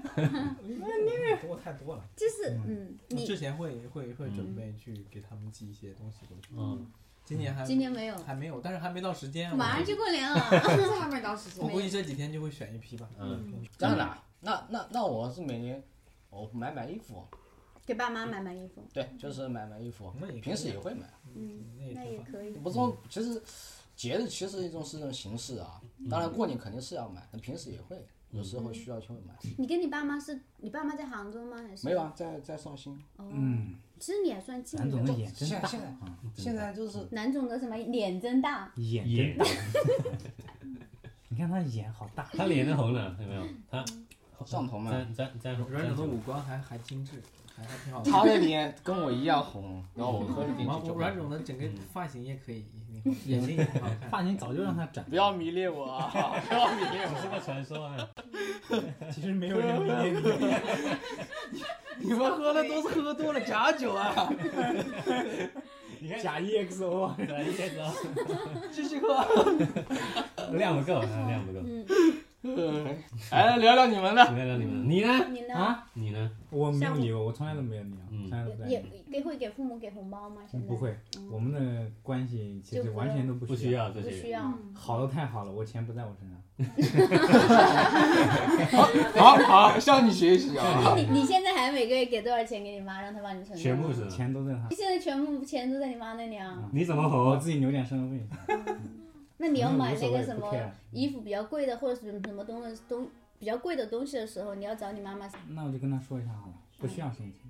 Speaker 2: 多太多了。
Speaker 4: 就是嗯，
Speaker 2: 我
Speaker 4: 你
Speaker 2: 之前会会会
Speaker 5: 嗯
Speaker 2: 准备去给他们寄一些东西过去，
Speaker 5: 嗯，
Speaker 2: 今年还
Speaker 4: 今年没有，
Speaker 2: 还没有，但是还没到时间。啊
Speaker 4: 马上就过年了，
Speaker 9: 这还没到时
Speaker 2: 我
Speaker 9: 间
Speaker 2: 估计这几天就会选一批吧。
Speaker 5: 嗯，
Speaker 3: 这样的啊，那那那我是每年我买买衣服，
Speaker 4: 给爸妈买买衣服，
Speaker 3: 对，就是买买衣服
Speaker 2: 那也可以，啊
Speaker 3: 平时也会买。
Speaker 4: 嗯，
Speaker 2: 那也
Speaker 4: 那
Speaker 2: 挺
Speaker 4: 也
Speaker 2: 好。
Speaker 4: 可以。
Speaker 3: 不是说，其实节日其实一种是一种形式啊，当
Speaker 5: 嗯
Speaker 3: 然过年肯定是要买，那平时也会，有时候需要就会买。
Speaker 4: 你跟你爸妈是你爸妈在杭州吗？还是
Speaker 3: 没有？啊，在在绍兴，
Speaker 4: 嗯，其实你也算近
Speaker 10: 南总
Speaker 4: 的。
Speaker 10: 的眼真
Speaker 3: 现
Speaker 10: 大
Speaker 3: 在，现在
Speaker 5: 嗯
Speaker 3: 现 在就是
Speaker 4: 南总的什么脸真大，
Speaker 10: 眼真
Speaker 5: 眼
Speaker 10: 大，你看他眼好大，
Speaker 5: 他脸都红了，有没有？他
Speaker 3: 上头嘛，
Speaker 5: 沾沾沾红，
Speaker 2: 软
Speaker 5: 沾
Speaker 2: 总的
Speaker 5: 红
Speaker 2: 五官还还精致，还还挺好看。
Speaker 3: 他的脸跟我一样红，然后我喝了进
Speaker 2: 我
Speaker 3: 去
Speaker 2: 我
Speaker 3: 就红
Speaker 2: 阮总的整个发型也可以，眼睛也很好看。
Speaker 10: 发型早就让他长。
Speaker 3: 不要迷恋我啊！不要迷恋
Speaker 5: 只是
Speaker 3: 我，
Speaker 5: 个传说啊。
Speaker 10: 其实没有人迷恋你，
Speaker 8: 你们喝的都是喝多了假酒啊，
Speaker 5: 你看，
Speaker 10: 假 EXO 啊，
Speaker 5: 来一点子，
Speaker 8: 继续喝。
Speaker 5: 量 不够，啊量不够。
Speaker 4: 嗯，
Speaker 3: 来哎聊聊你们的，
Speaker 5: 不要量你们，你呢？
Speaker 4: 你呢？
Speaker 10: 啊
Speaker 5: 你呢？
Speaker 10: 我没有你，我从来都没有你啊，
Speaker 5: 嗯
Speaker 10: 从来都不带
Speaker 4: 也嗯
Speaker 10: 你。
Speaker 4: 给会给父母给红包吗？现在
Speaker 10: 不，会，我们的关系其实完全都不
Speaker 5: 不需
Speaker 10: 要，
Speaker 5: 要这
Speaker 4: 不
Speaker 5: 些
Speaker 4: 需。要。
Speaker 10: 好的太好了，我钱不在我身上。
Speaker 3: 好好向你学习啊！
Speaker 4: 你你现在还每个月给多少钱给你妈，让她帮你存着？
Speaker 5: 全部是
Speaker 10: 钱都在他，
Speaker 4: 现在全部钱都在你妈那里啊。
Speaker 5: 你怎么
Speaker 10: 我
Speaker 5: 红？
Speaker 10: 自己留点生活费。
Speaker 4: 那你要买那
Speaker 10: 嗯无所
Speaker 4: 个
Speaker 10: 谓
Speaker 4: 什
Speaker 10: 不
Speaker 4: 么
Speaker 10: care
Speaker 4: 衣服比较贵的，或者是什么东西东比较贵的东西的时候，你要找你妈妈，
Speaker 10: 那我就跟他说一下好了，不需要申请，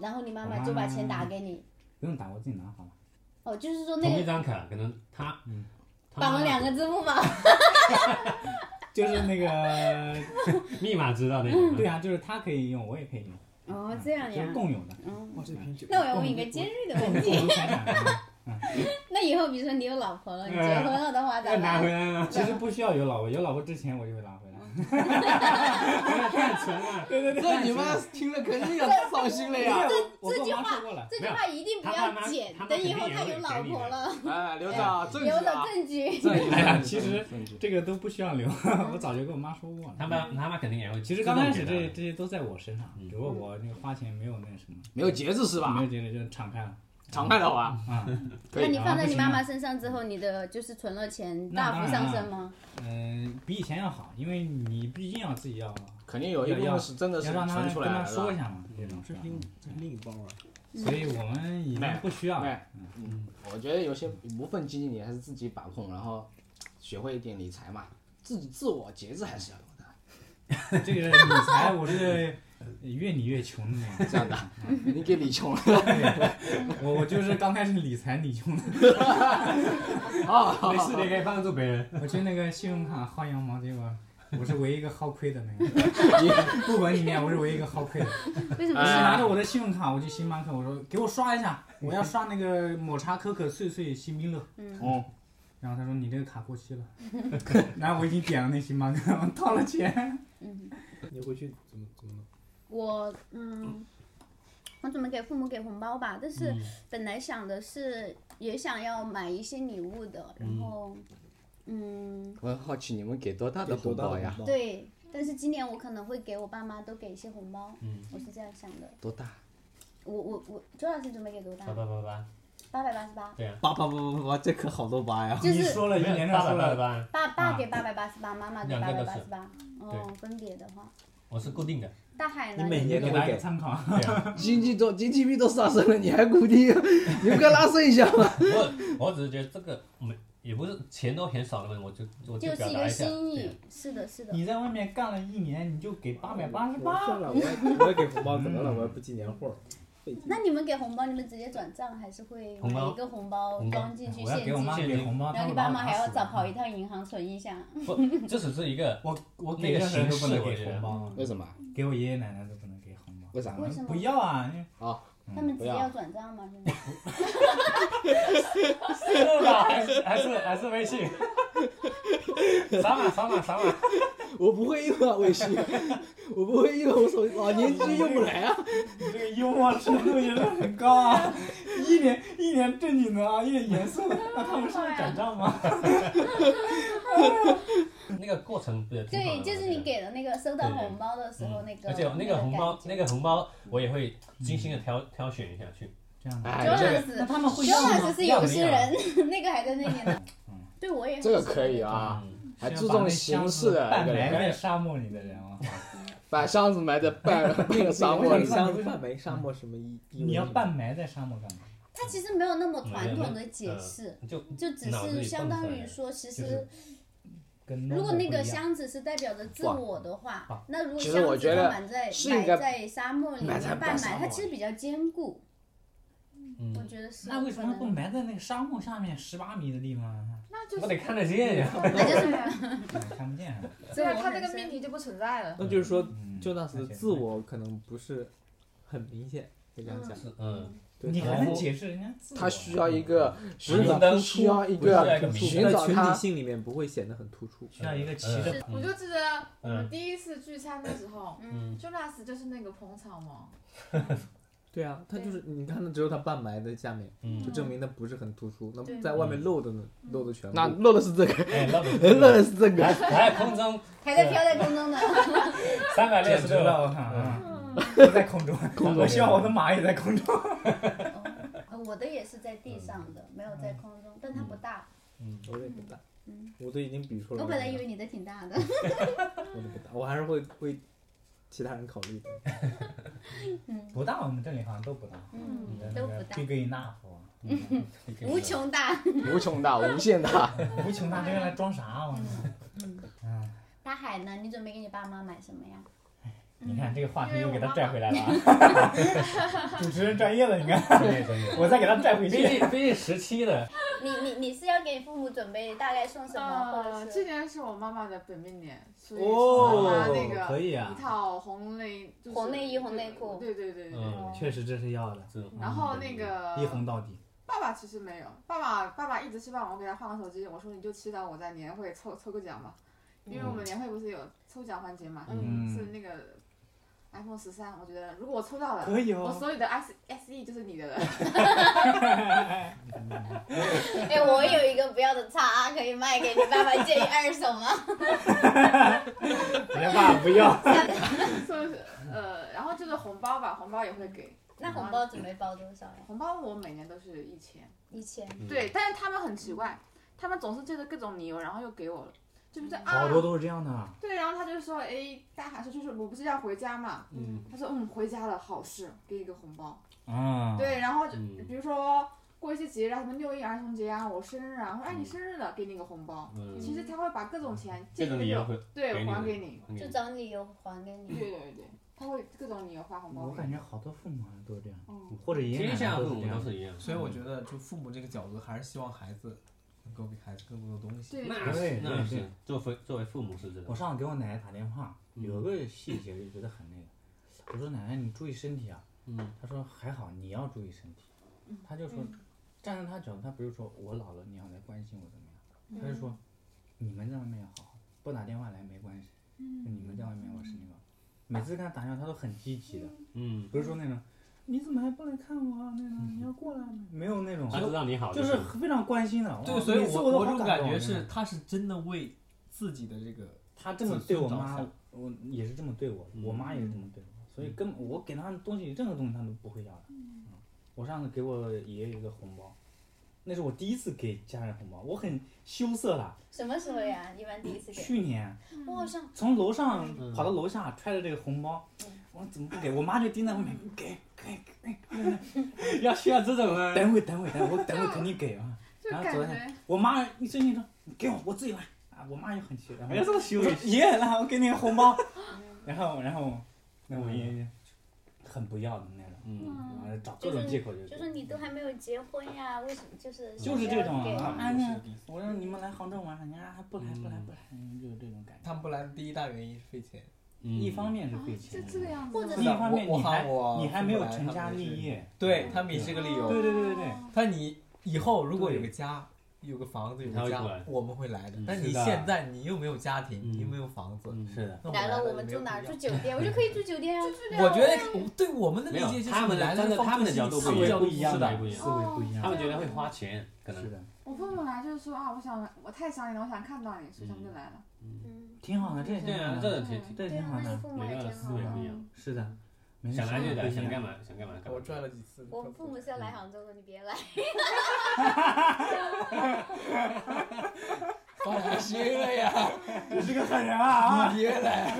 Speaker 4: 然后你妈妈就把钱
Speaker 10: 啊
Speaker 4: 打给你。
Speaker 10: 不用打，我自己拿好了。
Speaker 4: 哦，就是说
Speaker 5: 同
Speaker 4: 那
Speaker 5: 一
Speaker 4: 个
Speaker 5: 张卡，可能他
Speaker 10: 嗯
Speaker 5: 他
Speaker 4: 绑了两个支付宝，
Speaker 10: 就是那个，
Speaker 5: 密码知道那个。
Speaker 10: 对啊，就是他可以用，我也可以用，
Speaker 4: 哦，这样
Speaker 10: 就
Speaker 4: 呀
Speaker 10: 是。共有的，
Speaker 4: 嗯，
Speaker 2: 哇，这瓶酒
Speaker 4: 那我要问一个尖锐的问
Speaker 10: 共
Speaker 4: 题，
Speaker 10: 有财产。
Speaker 4: 那以后比如说你有老婆了，你结婚了
Speaker 10: 哎
Speaker 4: 的话
Speaker 5: 要
Speaker 4: 咋
Speaker 5: 拿回
Speaker 4: 办？
Speaker 5: 来啊吗？
Speaker 10: 其实不需要有老婆，有老婆之前我就会拿回来。
Speaker 5: 太纯了。
Speaker 8: 这你妈听了肯定要伤心了呀！
Speaker 10: 哎我跟我妈说过了，
Speaker 4: 啊这句话一定不要剪，等以后他有老婆 了，
Speaker 8: 哎，刘总，证据
Speaker 4: 留着
Speaker 8: 啊！
Speaker 4: 证据。
Speaker 10: 哎呀，其实这个都不需要留，
Speaker 4: 嗯
Speaker 10: 我早就跟我妈说过了。
Speaker 5: 他妈他妈肯定也会。
Speaker 10: 其
Speaker 5: 其
Speaker 10: 实
Speaker 5: 实
Speaker 10: 刚
Speaker 5: 刚
Speaker 10: 开
Speaker 5: 开
Speaker 10: 始
Speaker 5: 始
Speaker 10: 这
Speaker 5: 这
Speaker 10: 这些都在我身上，
Speaker 5: 嗯
Speaker 10: 只不过我那个花钱没有那什么，
Speaker 8: 没有节制是
Speaker 10: 没
Speaker 8: 吧
Speaker 10: 有？觉得就敞开了
Speaker 8: 常态的话，
Speaker 10: 啊。
Speaker 8: 可
Speaker 4: 那
Speaker 8: 以
Speaker 4: 你放在你妈
Speaker 10: 不行
Speaker 4: 妈身上之后，你的就是存了钱大
Speaker 10: 那
Speaker 4: 幅
Speaker 10: 当然
Speaker 4: 上
Speaker 10: 了
Speaker 4: 升吗？
Speaker 10: 嗯，比以前要好，因为你毕竟要自己要
Speaker 8: 肯定有一部分是真的是
Speaker 10: 要让他
Speaker 8: 存
Speaker 10: 跟
Speaker 8: 出来
Speaker 10: 他
Speaker 8: 了。
Speaker 10: 说一下嘛，这种
Speaker 2: 这
Speaker 10: 事儿。
Speaker 2: 是另这是另一包啊。
Speaker 10: 所以我们已经不需要了
Speaker 8: 哎，嗯，我觉得有些无缝经济你还是自己把控，然后学会一点理财嘛，自己自我节制还是要有的。
Speaker 10: 这个理财我是越理越穷的那种。
Speaker 8: 这样的，你给理穷了
Speaker 10: 我我就是 刚开始理财理穷的，
Speaker 8: 啊！
Speaker 5: 没事，你可以帮助别人。
Speaker 10: 我去那个信用卡薅羊毛，结果我是唯一一个薅亏的那个， 不管你念，我是唯一一个薅亏的。
Speaker 4: 嗯为什
Speaker 10: 我
Speaker 4: 么
Speaker 10: 是
Speaker 4: 是
Speaker 10: 拿着我的信用卡，我去星巴克，我说给我刷一 下，我要刷那个抹茶可可碎碎星冰乐。
Speaker 8: 嗯，
Speaker 10: 然后他说你这个卡过期了， 然后我已经点了那星巴克，我掏了钱。
Speaker 4: 嗯，
Speaker 2: 你回去怎么怎么弄？
Speaker 4: 我嗯，我准备给父母给红包吧，但
Speaker 5: 嗯
Speaker 4: 是本来想的是也想要买一些礼物的，然后嗯，
Speaker 3: 我很好奇你们给多大的
Speaker 2: 给多
Speaker 3: 红
Speaker 2: 大
Speaker 3: 包
Speaker 2: 的
Speaker 3: 呀？
Speaker 2: 红包？
Speaker 4: 对，但是今年我可能会给我爸妈都给一些红包，
Speaker 5: 嗯，
Speaker 4: 我是这样想的。
Speaker 3: 多大？
Speaker 4: 我我我，周老师准备给多大
Speaker 5: 八？八八八，
Speaker 4: 八百八十八，
Speaker 2: 八八八八八，这可好多八呀！
Speaker 4: 就是
Speaker 10: 说了一连
Speaker 5: 八
Speaker 10: 串
Speaker 5: 八
Speaker 10: 说
Speaker 5: 八
Speaker 10: 了，
Speaker 5: 八，
Speaker 4: 爸爸给八百八十八，妈妈给
Speaker 5: 两
Speaker 4: 八百
Speaker 5: 个都
Speaker 4: 八
Speaker 5: 是
Speaker 4: 十八。哦，分别的话，
Speaker 5: 我是固定 的。
Speaker 4: 大海呢？
Speaker 2: 你每年
Speaker 10: 给
Speaker 2: 都
Speaker 10: 大家
Speaker 2: 给
Speaker 10: 一个参考。
Speaker 5: 对啊，
Speaker 8: 经济都 GDP 都上升了，你还鼓励？你不该拉升一下吗？
Speaker 5: 我我只是觉得这个没也不是钱都很少的问题，我就我
Speaker 4: 就
Speaker 5: 表
Speaker 4: 是一
Speaker 5: 达
Speaker 4: 个
Speaker 5: 一下。
Speaker 4: 心
Speaker 5: 对
Speaker 4: 意
Speaker 5: 啊，
Speaker 4: 是的，是的。
Speaker 10: 你在外面干了一年，你就给八百八十八，
Speaker 2: 算了，我也我也给红包，怎么了？我也不寄年 货。费劲
Speaker 4: 那你们给红包，你们直接转账，还是会
Speaker 5: 红
Speaker 4: 买
Speaker 5: 包
Speaker 4: 一个红包
Speaker 5: 红包
Speaker 4: 装进去
Speaker 10: 我要
Speaker 4: 现
Speaker 10: 给我妈
Speaker 4: 金？
Speaker 10: 给 红包，
Speaker 4: 然
Speaker 10: 她
Speaker 4: 后
Speaker 10: 会
Speaker 4: 你
Speaker 10: 把
Speaker 4: 爸
Speaker 10: 我
Speaker 4: 妈还要
Speaker 10: 打死
Speaker 4: 早跑一趟银行存一下。
Speaker 5: 嗯不，这只是一个
Speaker 10: 我我
Speaker 5: 那
Speaker 10: 给
Speaker 5: 个
Speaker 10: 任何人都
Speaker 5: 形
Speaker 10: 不
Speaker 5: 式
Speaker 10: 能
Speaker 5: 我
Speaker 10: 给
Speaker 5: 觉得
Speaker 10: 红包，
Speaker 8: 为什么？
Speaker 10: 给我爷爷奶奶都不能给红包。
Speaker 8: 为啥？
Speaker 4: 为什么？
Speaker 10: 不要啊！因为
Speaker 4: 他们直接
Speaker 8: 不要
Speaker 4: 要转账吗？现在
Speaker 5: 是吧？还是还是还是微信？ 扫码扫码扫码！
Speaker 8: 我不会用啊，微信，我不会用，我手老年机用不 来啊。
Speaker 10: 你这个幽默程度也是很高啊， 一脸一脸正经的啊，一脸严肃的，那他们是会
Speaker 9: 嗯
Speaker 10: 转账吗？
Speaker 5: 那个过程不也挺好的
Speaker 4: 对，
Speaker 5: 吗
Speaker 4: 就是你给了那个收到
Speaker 5: 对对
Speaker 4: 红包的时候，那个
Speaker 5: 而且那
Speaker 4: 那
Speaker 5: 个
Speaker 4: 个
Speaker 5: 红包
Speaker 4: 感，觉嗯
Speaker 5: 那个红包我也会精心的挑挑选一下去，
Speaker 10: 这样的。
Speaker 3: 哎
Speaker 10: 那
Speaker 3: 这个
Speaker 10: 那他们会用吗
Speaker 4: Jonas 是有诗人， 那个还在那里呢。
Speaker 5: 嗯
Speaker 4: 对，我也很
Speaker 3: 这个
Speaker 4: 喜欢
Speaker 3: 可以啊，还
Speaker 10: 是要
Speaker 3: 注
Speaker 10: 把
Speaker 3: 重
Speaker 10: 那
Speaker 3: 形
Speaker 10: 箱
Speaker 3: 式
Speaker 10: 子
Speaker 3: 的
Speaker 10: 半
Speaker 3: 一个
Speaker 10: 埋在
Speaker 3: 人，
Speaker 10: 沙漠里的人啊，
Speaker 3: 把箱子埋在半半个沙漠
Speaker 2: 那
Speaker 3: 里。
Speaker 2: 箱子半没沙漠什么意？
Speaker 10: 你要半埋在沙漠干嘛？
Speaker 4: 他其实没有那么传统的解释，
Speaker 5: 嗯就
Speaker 4: 就只
Speaker 5: 呃脑子
Speaker 4: 是
Speaker 5: 里
Speaker 4: 相
Speaker 5: 蹦出
Speaker 4: 当
Speaker 5: 来
Speaker 4: 于
Speaker 5: 的
Speaker 4: 说，其
Speaker 5: 就
Speaker 4: 实
Speaker 5: 是
Speaker 10: 跟
Speaker 4: 如
Speaker 10: normal
Speaker 4: 果那
Speaker 10: 不
Speaker 4: 个
Speaker 10: 一样
Speaker 4: 箱子是代表着自
Speaker 3: 哇
Speaker 4: 我的话
Speaker 10: 哇，
Speaker 4: 那如果
Speaker 3: 其实
Speaker 4: 箱
Speaker 3: 我
Speaker 4: 子
Speaker 3: 觉
Speaker 4: 它
Speaker 3: 得
Speaker 4: 埋在
Speaker 3: 是应
Speaker 4: 埋
Speaker 3: 该
Speaker 4: 在沙漠里
Speaker 3: 埋
Speaker 4: 面
Speaker 3: 在
Speaker 4: 半
Speaker 3: 沙
Speaker 4: 埋，它
Speaker 3: 漠
Speaker 4: 其实比较坚固，
Speaker 5: 嗯
Speaker 4: 我觉得是。
Speaker 10: 那为什么不
Speaker 4: 能？
Speaker 10: 埋在那个沙漠下面十八米的地方啊？
Speaker 9: 那就
Speaker 5: 我
Speaker 9: 是
Speaker 5: 得看得见呀。
Speaker 4: 那就是
Speaker 10: 看不见啊。
Speaker 9: 对啊，
Speaker 4: 自我
Speaker 9: 他这
Speaker 4: 本
Speaker 9: 个
Speaker 4: 身
Speaker 9: 命题就不存在了。
Speaker 2: 那就是说，
Speaker 10: 嗯
Speaker 2: 就那时的自，我可能不是很明显，可以这样讲。
Speaker 5: 嗯，
Speaker 2: 对
Speaker 10: 你
Speaker 2: 他
Speaker 10: 还能解释人家自我？
Speaker 3: 他需要一个
Speaker 5: 是
Speaker 3: 寻找，
Speaker 5: 当
Speaker 3: 他
Speaker 5: 初
Speaker 3: 需要一
Speaker 5: 不是
Speaker 3: 个啊
Speaker 5: 那个名
Speaker 3: 寻
Speaker 2: 在
Speaker 3: 找
Speaker 2: 群体
Speaker 3: 他
Speaker 2: 性里面不会显得很突出。
Speaker 10: 需要一个
Speaker 5: 呃
Speaker 10: 骑着
Speaker 9: 我就记得我
Speaker 5: 嗯
Speaker 9: 们第一次聚餐的时候
Speaker 5: 嗯
Speaker 9: ，Jonas 就是那个捧场王，
Speaker 2: 对啊，他就是你看，他只有他半埋在下面，
Speaker 5: 嗯
Speaker 2: 就证明他不是很突出。那
Speaker 4: 对
Speaker 2: 在外面露的呢，露的全部。
Speaker 3: 那漏的是这个，
Speaker 5: 哎，那不
Speaker 3: 漏的是这个。
Speaker 5: 还还空中
Speaker 4: 还在飘在空中呢。
Speaker 5: 三百六
Speaker 10: 简
Speaker 5: 十
Speaker 10: 直
Speaker 5: 度，
Speaker 10: 了，我靠啊！都在空中，我希望我的马也在空中。
Speaker 4: 呃我的也是在地上的，没有在空中，但它不大。
Speaker 5: 嗯，
Speaker 2: 我的也不大
Speaker 4: 嗯，
Speaker 2: 我都已经比出来
Speaker 4: 我
Speaker 2: 了。
Speaker 4: 本来以为你的挺大的。
Speaker 2: 我的不大，我还是会为其他人考虑的。
Speaker 4: 嗯
Speaker 10: 不大，我们这里好像都不大。
Speaker 4: 嗯
Speaker 10: 你啊的，那
Speaker 4: 都
Speaker 10: 个
Speaker 4: 不大，
Speaker 10: big enough，嗯
Speaker 4: 无穷大。
Speaker 3: 无穷大，无限大。
Speaker 10: 无穷大这用来装啥？啊我靠
Speaker 4: 嗯，
Speaker 10: 嗯，
Speaker 4: 大海呢？你准备给你爸妈买什么呀？
Speaker 10: 你看这个话题
Speaker 9: 因为
Speaker 10: 又
Speaker 9: 我
Speaker 10: 给他
Speaker 9: 妈
Speaker 10: 拽回来了啊。主持人专业了，你看，我
Speaker 5: 我
Speaker 10: 再给他拽回
Speaker 5: 毕
Speaker 10: 去。
Speaker 5: 竟毕竟十七了，
Speaker 4: 你嗯你你是要给父母准备大概送什么，
Speaker 9: 呃
Speaker 10: 哦
Speaker 4: 或，者
Speaker 9: 今
Speaker 4: 是
Speaker 9: 年是我妈妈的本命年，所以
Speaker 2: 哦
Speaker 9: 是妈妈那
Speaker 5: 可
Speaker 9: 个
Speaker 5: 以
Speaker 9: 一
Speaker 5: 啊，
Speaker 9: 套红内就是
Speaker 4: 红内衣红内裤
Speaker 9: 对对对对对。
Speaker 5: 嗯，
Speaker 10: 确实这是要的，
Speaker 5: 这种
Speaker 9: 然后那个
Speaker 10: 一红到底。
Speaker 9: 爸爸其实没有，爸爸爸爸一直希望我给他换个手机，我说你就祈祷我在年会抽抽个奖吧，因为我们年会不是有抽奖环节嘛，
Speaker 10: 嗯
Speaker 9: 是那个 iPhone 十三，我觉得如果我抽到了，
Speaker 10: 可以
Speaker 9: 我
Speaker 10: 哦。
Speaker 9: 所有的 S S E 就是你的了。
Speaker 4: 哎，我有一个不要的叉，可以卖给你爸爸，建议二手吗？
Speaker 10: 人家爸不要。
Speaker 9: 就是呃，然后就是红包吧，红包也会给，
Speaker 4: 那红包准备包多少呀？
Speaker 9: 红包我每年都是一千，
Speaker 4: 一千。
Speaker 5: 嗯
Speaker 9: 对，但是他们很奇怪，他们总是借着各种理由，然后又给我了，就是啊，
Speaker 10: 好多都是这样的。
Speaker 9: 对，然后他就说，哎，大喊说就是我不是要回家嘛，
Speaker 5: 嗯
Speaker 9: 他说嗯回家了，好事，给一个红包，
Speaker 10: 啊。
Speaker 9: 对，然后就
Speaker 5: 嗯
Speaker 9: 比如说过一些节日啊，什么六一儿童节啊，我生日啊，说哎你
Speaker 5: 嗯
Speaker 9: 生日了，给你个红包，
Speaker 5: 嗯，
Speaker 9: 其实他会把各种钱
Speaker 5: 这
Speaker 9: 借
Speaker 5: 种
Speaker 9: 着
Speaker 5: 理由会
Speaker 9: 对
Speaker 5: 给你
Speaker 9: 还
Speaker 5: 的
Speaker 9: 给你，
Speaker 5: 嗯
Speaker 4: 就找理由还给
Speaker 9: 对
Speaker 4: 你。
Speaker 9: 对对，他会各种理由发红包
Speaker 10: 我
Speaker 9: 给
Speaker 10: 感
Speaker 9: 你，
Speaker 10: 觉好多父母好像都是这样，
Speaker 9: 嗯，
Speaker 10: 或者爷爷
Speaker 5: 天
Speaker 10: 奶奶
Speaker 5: 下
Speaker 10: 都
Speaker 5: 父
Speaker 10: 是这
Speaker 5: 母都
Speaker 10: 样。
Speaker 5: 是一样，
Speaker 2: 所以我觉得，就父母这个角度，还是希望孩子能够给孩子更多的东西。
Speaker 9: 对，
Speaker 5: 那是
Speaker 10: 对
Speaker 5: 那
Speaker 10: 对
Speaker 5: 是
Speaker 10: 对
Speaker 5: 作为作为父母是这
Speaker 10: 我
Speaker 5: 种，
Speaker 10: 上次给我奶奶打电话，
Speaker 5: 嗯
Speaker 10: 有个细节就觉得很那个，我说奶奶你注意身体啊，
Speaker 5: 嗯
Speaker 10: 她说还好，你要注意身体，她就说
Speaker 4: 嗯
Speaker 10: 站在她角度，她不是说我老了你要来关心我怎么样，
Speaker 4: 嗯
Speaker 10: 她就说你们在外面要好好，不打电话来没关系，
Speaker 4: 嗯
Speaker 10: 你们在外面我是那个，每次跟她打电话她都很积极的，
Speaker 5: 嗯，
Speaker 10: 不是说那种你怎么还不来看我啊那种你要过来吗没有那种，啊
Speaker 5: 他知道你好
Speaker 10: 就
Speaker 5: 行
Speaker 10: 是非常关心的，哇
Speaker 2: 对，所以
Speaker 10: 每次
Speaker 2: 我
Speaker 10: 我都
Speaker 2: 我这
Speaker 10: 好
Speaker 2: 种
Speaker 10: 感
Speaker 2: 感啊
Speaker 10: 动
Speaker 2: 觉
Speaker 10: 真的
Speaker 2: 是，他是真的为自己的这个，
Speaker 10: 他这么对我妈，我也是这么对我的，
Speaker 5: 嗯
Speaker 10: 我妈也是这么对我，所以根本我给她的东西，任何东西她都不会要的。嗯，我上次给我爷爷一个红包，那是我第一次给家人红包，我很羞涩了。
Speaker 4: 什么时候呀？一般第一次给。
Speaker 10: 去年
Speaker 4: 我好像
Speaker 10: 从楼上
Speaker 5: 嗯
Speaker 10: 跑到楼下，揣着这个红包
Speaker 4: 嗯，
Speaker 10: 我说怎么不给？我妈就盯在后面，给给给，要需要这种吗？等会等会等会，我等会肯定给啊。
Speaker 9: 就
Speaker 10: 然后
Speaker 9: 感
Speaker 10: 昨
Speaker 9: 觉
Speaker 10: 天。我妈一瞬间说：“你给我，我自己来。”啊，我妈也很气，然后要这么羞耻，爷爷来，我给你个红包。然后，然后，那我爷爷就很不要的那种，
Speaker 5: 嗯，
Speaker 10: 然后找
Speaker 4: 就
Speaker 10: 各
Speaker 4: 是
Speaker 10: 种借口
Speaker 4: 就
Speaker 10: 就
Speaker 4: 说你都还没有结婚呀，为什么就是
Speaker 10: 就是这种
Speaker 4: 啊？
Speaker 10: 啊，哎
Speaker 2: 就是
Speaker 10: 呀，我让你们来杭州玩，人家还不来不来不来，嗯就是这种感觉。
Speaker 2: 他们不来的第一大原因是费钱。
Speaker 5: 嗯
Speaker 10: 一方面是费
Speaker 9: 是
Speaker 10: 钱，
Speaker 9: 这个样子
Speaker 4: 或
Speaker 9: 的
Speaker 4: 者
Speaker 9: 吗，
Speaker 10: 另一方面你
Speaker 2: 我我
Speaker 10: 还
Speaker 2: 喊我
Speaker 10: 你还没有
Speaker 2: 父母来
Speaker 10: 成家
Speaker 2: 他们也是
Speaker 10: 立业，
Speaker 2: 对他们以这个理由，
Speaker 10: 对对对对对，
Speaker 9: 哦
Speaker 2: 但你以后如果有个家，有个房子，有个
Speaker 5: 他会过
Speaker 2: 家
Speaker 5: 来，
Speaker 2: 我们会来的
Speaker 5: 嗯。
Speaker 2: 但你
Speaker 10: 是的
Speaker 2: 现在你又没有家庭，
Speaker 5: 嗯
Speaker 2: 你又没有房子，
Speaker 5: 嗯
Speaker 10: 是的，
Speaker 2: 那
Speaker 4: 来
Speaker 2: 了
Speaker 4: 了，我们
Speaker 2: 也
Speaker 4: 住
Speaker 2: 没有
Speaker 4: 哪儿？
Speaker 2: 必
Speaker 4: 住酒 店，我就可以住酒店啊。
Speaker 2: 要我觉
Speaker 9: 哦
Speaker 2: 得对我们的理
Speaker 5: 没有
Speaker 2: 解就是
Speaker 5: 他们
Speaker 2: 你来了
Speaker 5: 站在
Speaker 2: 放
Speaker 5: 他们的
Speaker 2: 弃
Speaker 5: 角度
Speaker 2: 思
Speaker 5: 不
Speaker 2: 维
Speaker 5: 一
Speaker 2: 角
Speaker 5: 样
Speaker 2: 度
Speaker 5: 不
Speaker 2: 不
Speaker 5: 一样
Speaker 2: 是
Speaker 5: 的
Speaker 2: 的，
Speaker 5: 不一样
Speaker 10: 思维不一
Speaker 5: 他
Speaker 10: 样，
Speaker 5: 们觉得会花钱，可
Speaker 10: 是
Speaker 5: 能
Speaker 10: 的，
Speaker 9: 我父母来就是说啊，我想我太想你了，我想看到你，所以他们就来了。
Speaker 4: 嗯，
Speaker 10: 挺好的，这也挺
Speaker 5: 对
Speaker 10: 好
Speaker 5: 啊，
Speaker 10: 的，
Speaker 5: 这挺挺
Speaker 4: 对
Speaker 10: 这挺
Speaker 4: 啊，
Speaker 10: 好
Speaker 4: 那你
Speaker 10: 的。
Speaker 4: 父母
Speaker 5: 每
Speaker 4: 还
Speaker 5: 个人
Speaker 4: 挺
Speaker 5: 的思
Speaker 4: 好
Speaker 5: 维
Speaker 4: 的
Speaker 5: 不。一样，
Speaker 10: 是的，没事
Speaker 5: 想来就来，
Speaker 10: 没
Speaker 11: 嗯
Speaker 10: 事
Speaker 5: 想干嘛想干嘛干嘛。
Speaker 2: 我赚了几次。
Speaker 4: 我父母是要来杭州的，你别来。
Speaker 3: 放心了呀，
Speaker 6: 你是个狠人啊！
Speaker 3: 你别来，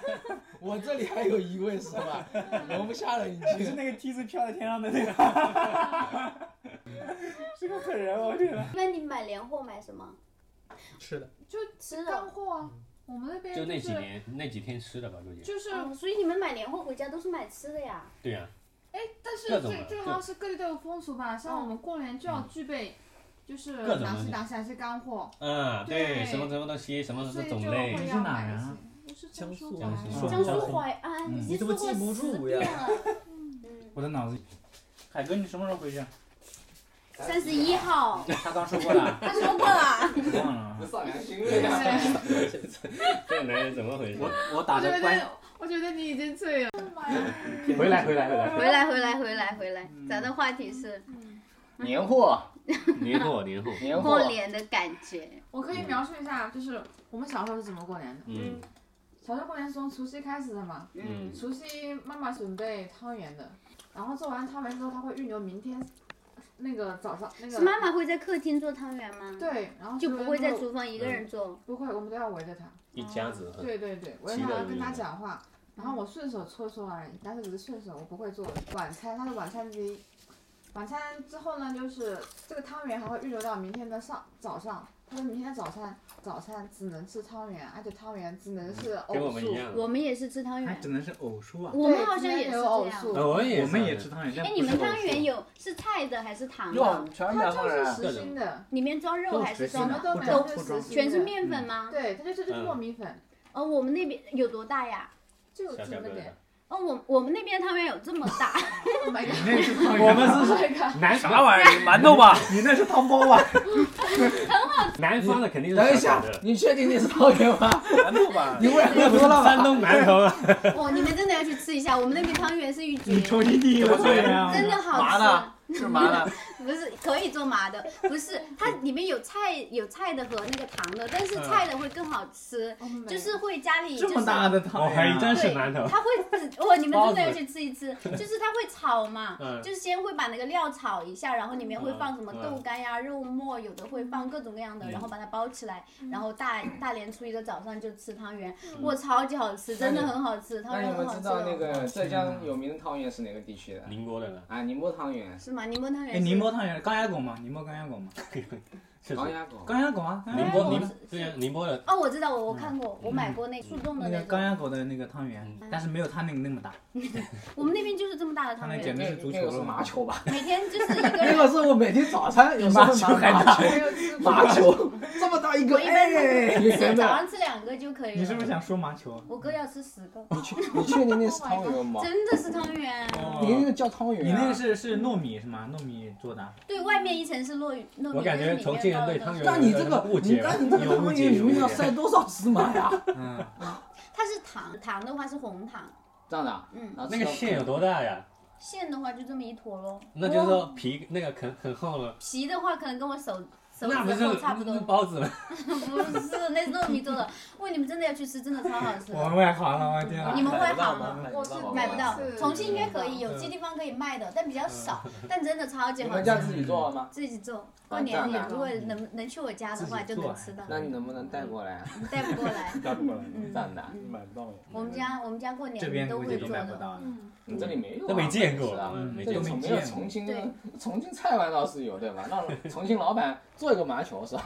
Speaker 3: 我这里还有一位是 吧？容不下了你
Speaker 6: 你
Speaker 3: 去
Speaker 6: 是。那个梯子飘在天上的那个，是个狠人，我天呐。
Speaker 4: 那你买年货买什么？
Speaker 2: 吃的，
Speaker 9: 就
Speaker 4: 吃的
Speaker 9: 干货啊，我们那边
Speaker 5: 嗯就那
Speaker 9: 是
Speaker 5: 几年那几天吃的吧，估计。
Speaker 9: 就是
Speaker 4: 哦所以你们买年货回家都是买吃的呀？
Speaker 5: 对啊呀，
Speaker 9: 哎，但是
Speaker 5: 各种
Speaker 9: 最
Speaker 5: 的
Speaker 9: 最
Speaker 5: 各
Speaker 9: 重要是各地都有风俗吧，
Speaker 4: 嗯
Speaker 9: 像我们过年就要具备，就是
Speaker 5: 嗯各种
Speaker 9: 哪
Speaker 5: 东
Speaker 9: 些
Speaker 5: 西
Speaker 9: 哪些哪些干货，
Speaker 5: 嗯，
Speaker 9: 对
Speaker 5: 对，什么什么东西，什么
Speaker 9: 所以就
Speaker 5: 种
Speaker 9: 会
Speaker 5: 类，
Speaker 9: 要
Speaker 10: 你是哪
Speaker 9: 买
Speaker 10: 人
Speaker 9: 一
Speaker 10: 啊
Speaker 9: 些。我是
Speaker 2: 江苏
Speaker 9: 江
Speaker 2: 江
Speaker 9: 苏
Speaker 2: 苏
Speaker 9: 啊
Speaker 4: 江苏淮安，
Speaker 10: 嗯
Speaker 4: 你
Speaker 2: 你
Speaker 4: 记
Speaker 2: 怎么
Speaker 4: 过
Speaker 2: 记不
Speaker 4: 十
Speaker 2: 住
Speaker 4: 遍
Speaker 2: 呀
Speaker 4: 了。
Speaker 10: 我的脑子，海哥，你什么时候回去？
Speaker 4: 三十一号，
Speaker 10: 他刚说过了，啊
Speaker 4: 他说过了。
Speaker 10: 忘了啊。
Speaker 3: 上良心了呀！
Speaker 5: 这个男人怎么回事？
Speaker 10: 我我
Speaker 9: 我
Speaker 10: 打
Speaker 9: 觉
Speaker 10: 着关，
Speaker 9: 得，我觉得你已经醉了。
Speaker 10: 回来回来回来，
Speaker 4: 回来，回来，回来，回来。咱的话题是
Speaker 3: 年货，
Speaker 5: 年货年货，
Speaker 3: 年货
Speaker 4: 过，年的感觉。
Speaker 9: 我可以描述一下，就是我们小时候是怎么过年的。
Speaker 5: 嗯，
Speaker 9: 小时候过年是从除夕开始的嘛，
Speaker 5: 嗯
Speaker 9: 除夕妈妈准备汤圆的，然后做完汤圆之后，她会预留明天那个早上那
Speaker 4: 是
Speaker 9: 个。
Speaker 4: 妈妈会在客厅做汤圆吗？，
Speaker 9: 对，然后
Speaker 4: 就不会在
Speaker 9: 除夕
Speaker 4: 厨房一个人做。
Speaker 9: 不会，我们都要围着她。
Speaker 5: 一家子，
Speaker 9: 对对对，我
Speaker 5: 急
Speaker 9: 想
Speaker 5: 得
Speaker 9: 要
Speaker 5: 不
Speaker 9: 跟
Speaker 5: 行
Speaker 9: 他讲话，然后我顺手搓搓而已，但是只是顺手，我不会做晚餐，他是晚餐第一。晚餐之后呢，就是这个汤圆还会预留到明天的上早上。他说明天的早餐，早餐只能吃汤圆，而且汤圆只能是偶
Speaker 5: 嗯跟我们
Speaker 9: 数
Speaker 5: 一。样。
Speaker 1: 我们也是吃汤
Speaker 10: 还
Speaker 1: 圆
Speaker 10: 哎只，能是偶数啊。
Speaker 4: 我们
Speaker 9: 对
Speaker 4: 好
Speaker 9: 只
Speaker 4: 像
Speaker 9: 能
Speaker 4: 也是
Speaker 9: 有
Speaker 4: 这
Speaker 9: 偶
Speaker 4: 样。
Speaker 9: 数。
Speaker 5: 呃我也
Speaker 10: 我们
Speaker 5: 是
Speaker 10: 也吃汤圆，但
Speaker 4: 哎，
Speaker 10: 不
Speaker 4: 你
Speaker 10: 是
Speaker 4: 们
Speaker 10: 偶
Speaker 4: 汤
Speaker 10: 数
Speaker 4: 圆有是菜的还是糖
Speaker 3: 哟
Speaker 4: 的？，
Speaker 3: 全
Speaker 9: 它
Speaker 3: 表放
Speaker 9: 就是
Speaker 3: 人。
Speaker 9: 实心的，
Speaker 4: 里面装肉还是
Speaker 10: 都是
Speaker 4: 什
Speaker 9: 什
Speaker 10: 实
Speaker 9: 么
Speaker 10: 心
Speaker 4: 么？
Speaker 9: 都没有，就
Speaker 10: 不
Speaker 9: 是
Speaker 10: 装
Speaker 9: 实心
Speaker 4: 全是
Speaker 9: 的。
Speaker 4: 面粉吗？
Speaker 9: 对，它就是就是
Speaker 5: 嗯
Speaker 9: 糯米粉，
Speaker 4: 哦，我们那边有多大呀？
Speaker 9: 就
Speaker 5: 小
Speaker 9: 这
Speaker 5: 小
Speaker 9: 么
Speaker 5: 个
Speaker 9: 点
Speaker 5: 的。，
Speaker 4: 哦，我我们那边的汤圆有这么大。
Speaker 9: Oh my
Speaker 10: 你
Speaker 9: god！
Speaker 10: 那是汤圆，
Speaker 6: 我们是
Speaker 9: 这个
Speaker 5: 南
Speaker 6: 啥玩意儿？馒头吧？你那是汤包
Speaker 3: 啊
Speaker 6: 吧？
Speaker 5: 南方的肯定是
Speaker 3: 等一
Speaker 5: 小
Speaker 3: 下
Speaker 5: 的，，
Speaker 3: 你确定你是汤圆吗？
Speaker 6: 馒头 吧？
Speaker 3: 你为什么
Speaker 5: 那不
Speaker 3: 不
Speaker 5: 是
Speaker 3: 说了
Speaker 5: 山
Speaker 3: 吗？
Speaker 5: 东馒头啊，
Speaker 4: 哦，你们真的要去吃一下，我们那边汤圆是玉
Speaker 6: 你
Speaker 4: 菊，
Speaker 6: 重新定义了这人 啊！
Speaker 4: 真的
Speaker 3: 麻
Speaker 4: 好
Speaker 3: 的，是麻的，
Speaker 4: 吃， 不是可以做麻的，不是它里面有菜有菜的和那个糖的，但是
Speaker 5: 嗯
Speaker 4: 菜的会更好吃，
Speaker 9: 我们没
Speaker 4: 就
Speaker 9: 有
Speaker 4: 是会家里就
Speaker 6: 嗯这
Speaker 4: 是
Speaker 6: 么大的
Speaker 5: 我
Speaker 6: 汤
Speaker 5: 怀
Speaker 6: 圆
Speaker 5: 疑
Speaker 6: 啊，
Speaker 5: 真是
Speaker 4: 对
Speaker 5: 馒头。
Speaker 4: 它会自哇，你们真的要
Speaker 5: 包
Speaker 4: 去吃一吃，就是它会炒 嘛，
Speaker 5: 嗯
Speaker 4: 就是先会把那个料炒一下，然后里面会
Speaker 5: 嗯
Speaker 4: 放什么
Speaker 5: 嗯
Speaker 4: 豆干呀、肉末，有的会放各种各样的，
Speaker 5: 嗯
Speaker 4: 然后把它包起来，然后大大年初一的早上就吃汤圆，哇，超级好吃，真的很好吃，汤
Speaker 3: 嗯那你
Speaker 4: 圆很
Speaker 3: 们
Speaker 4: 好
Speaker 3: 知
Speaker 4: 吃
Speaker 3: 道那
Speaker 4: 哦，
Speaker 10: 嗯
Speaker 3: 个浙江有名的汤圆是哪个地区的？
Speaker 5: 宁波的吧，
Speaker 3: 啊，宁波汤圆，
Speaker 4: 是吗？宁波汤圆
Speaker 10: 哎，
Speaker 4: 是，
Speaker 10: 宁波汤圆，高压狗嘛，宁波高压狗嘛，
Speaker 5: 确
Speaker 3: 狼
Speaker 5: 实，
Speaker 3: 牙狗。
Speaker 10: 高压狗啊，高
Speaker 5: 宁
Speaker 10: 压
Speaker 5: 波
Speaker 10: 狗
Speaker 5: 宁
Speaker 10: 啊
Speaker 5: 对呀，宁波的
Speaker 4: 哦，我知道，我
Speaker 3: 嗯
Speaker 4: 我看过，我买过那树洞的
Speaker 10: 嗯那个高
Speaker 4: 种，
Speaker 10: 压狗的那个汤圆
Speaker 5: 嗯，
Speaker 10: 但是没有他那个那么大，
Speaker 4: 我们那边就是这么大的
Speaker 10: 他
Speaker 4: 汤
Speaker 10: 那简
Speaker 4: 圆，
Speaker 10: 直
Speaker 3: 那
Speaker 10: 是足
Speaker 3: 那
Speaker 10: 球
Speaker 3: 个是
Speaker 10: 了
Speaker 3: 麻
Speaker 10: 嘛。
Speaker 3: 球吧？
Speaker 4: 每天就是一 个
Speaker 3: 那
Speaker 4: 人。
Speaker 3: 个是我每天早餐哎有时候拿麻球，
Speaker 9: 没有吃过。
Speaker 3: 麻球这么大一个，哎， 真
Speaker 4: 早
Speaker 3: 的。
Speaker 4: 上吃两个就可以了。
Speaker 10: 你是不是想说麻球？
Speaker 4: 我哥要吃十个，
Speaker 3: 你确你确定那是汤圆 吗？
Speaker 4: 真的是汤圆，
Speaker 3: 你那个叫汤圆啊？
Speaker 10: 你那个是是糯米是吗？糯米做的啊，
Speaker 4: 对外面一层是糯米糯米，
Speaker 5: 我感
Speaker 4: 但
Speaker 5: 觉
Speaker 4: 是里面
Speaker 5: 重庆人对
Speaker 4: 包的
Speaker 5: 汤圆
Speaker 4: 东
Speaker 3: 那
Speaker 4: 西
Speaker 3: 你这个，
Speaker 5: 误
Speaker 3: 你
Speaker 5: 解
Speaker 3: 那你这个汤圆里面要塞多少芝麻呀？
Speaker 10: 嗯，
Speaker 4: 它是糖，糖的话是红糖，
Speaker 3: 这样的啊，
Speaker 4: 嗯，
Speaker 3: 然后
Speaker 5: 那个馅有多大呀？
Speaker 4: 馅的话就这么一坨咯。
Speaker 5: 那就是说皮那个很很厚了，
Speaker 4: 皮的话可能跟我手手
Speaker 5: 那不
Speaker 4: 指
Speaker 5: 是
Speaker 4: 头差不多
Speaker 5: 那，包子了？
Speaker 4: 不是那是糯米做的。哇，你们真的要去吃，真的超好 吃
Speaker 10: 我们
Speaker 4: 的。
Speaker 10: 外行了，我天啊
Speaker 4: 你！们
Speaker 6: 买
Speaker 4: 外
Speaker 6: 不到
Speaker 4: 行
Speaker 6: 吗
Speaker 4: 了。
Speaker 9: 我是
Speaker 4: 买不到
Speaker 9: 第一，次
Speaker 4: 重庆应该可以，有些地方可以卖的，但比较少，但真的超级
Speaker 3: 你
Speaker 4: 好
Speaker 3: 们家
Speaker 4: 吃。
Speaker 3: 自己做吗？
Speaker 4: 自己做，过年也如果能能去我家的话，就能吃到，
Speaker 3: 那你能不能带过来啊？
Speaker 4: 带不过来。嗯
Speaker 6: 带不过来，
Speaker 3: 这样的啊，
Speaker 6: 你买不到。
Speaker 4: 我们家我们家过年
Speaker 10: 这边
Speaker 4: 都
Speaker 10: 估计
Speaker 4: 会
Speaker 10: 都
Speaker 4: 做
Speaker 10: 买不
Speaker 4: 的，
Speaker 10: 到了。
Speaker 3: 你这里没有啊？
Speaker 5: 都没见过
Speaker 3: 是啊，
Speaker 5: 嗯没
Speaker 3: 这
Speaker 5: 见
Speaker 3: 里
Speaker 5: 过。
Speaker 3: 从没有重庆
Speaker 4: 对
Speaker 3: 重庆菜馆倒是有对吧？让重庆老板做一个麻球是吧？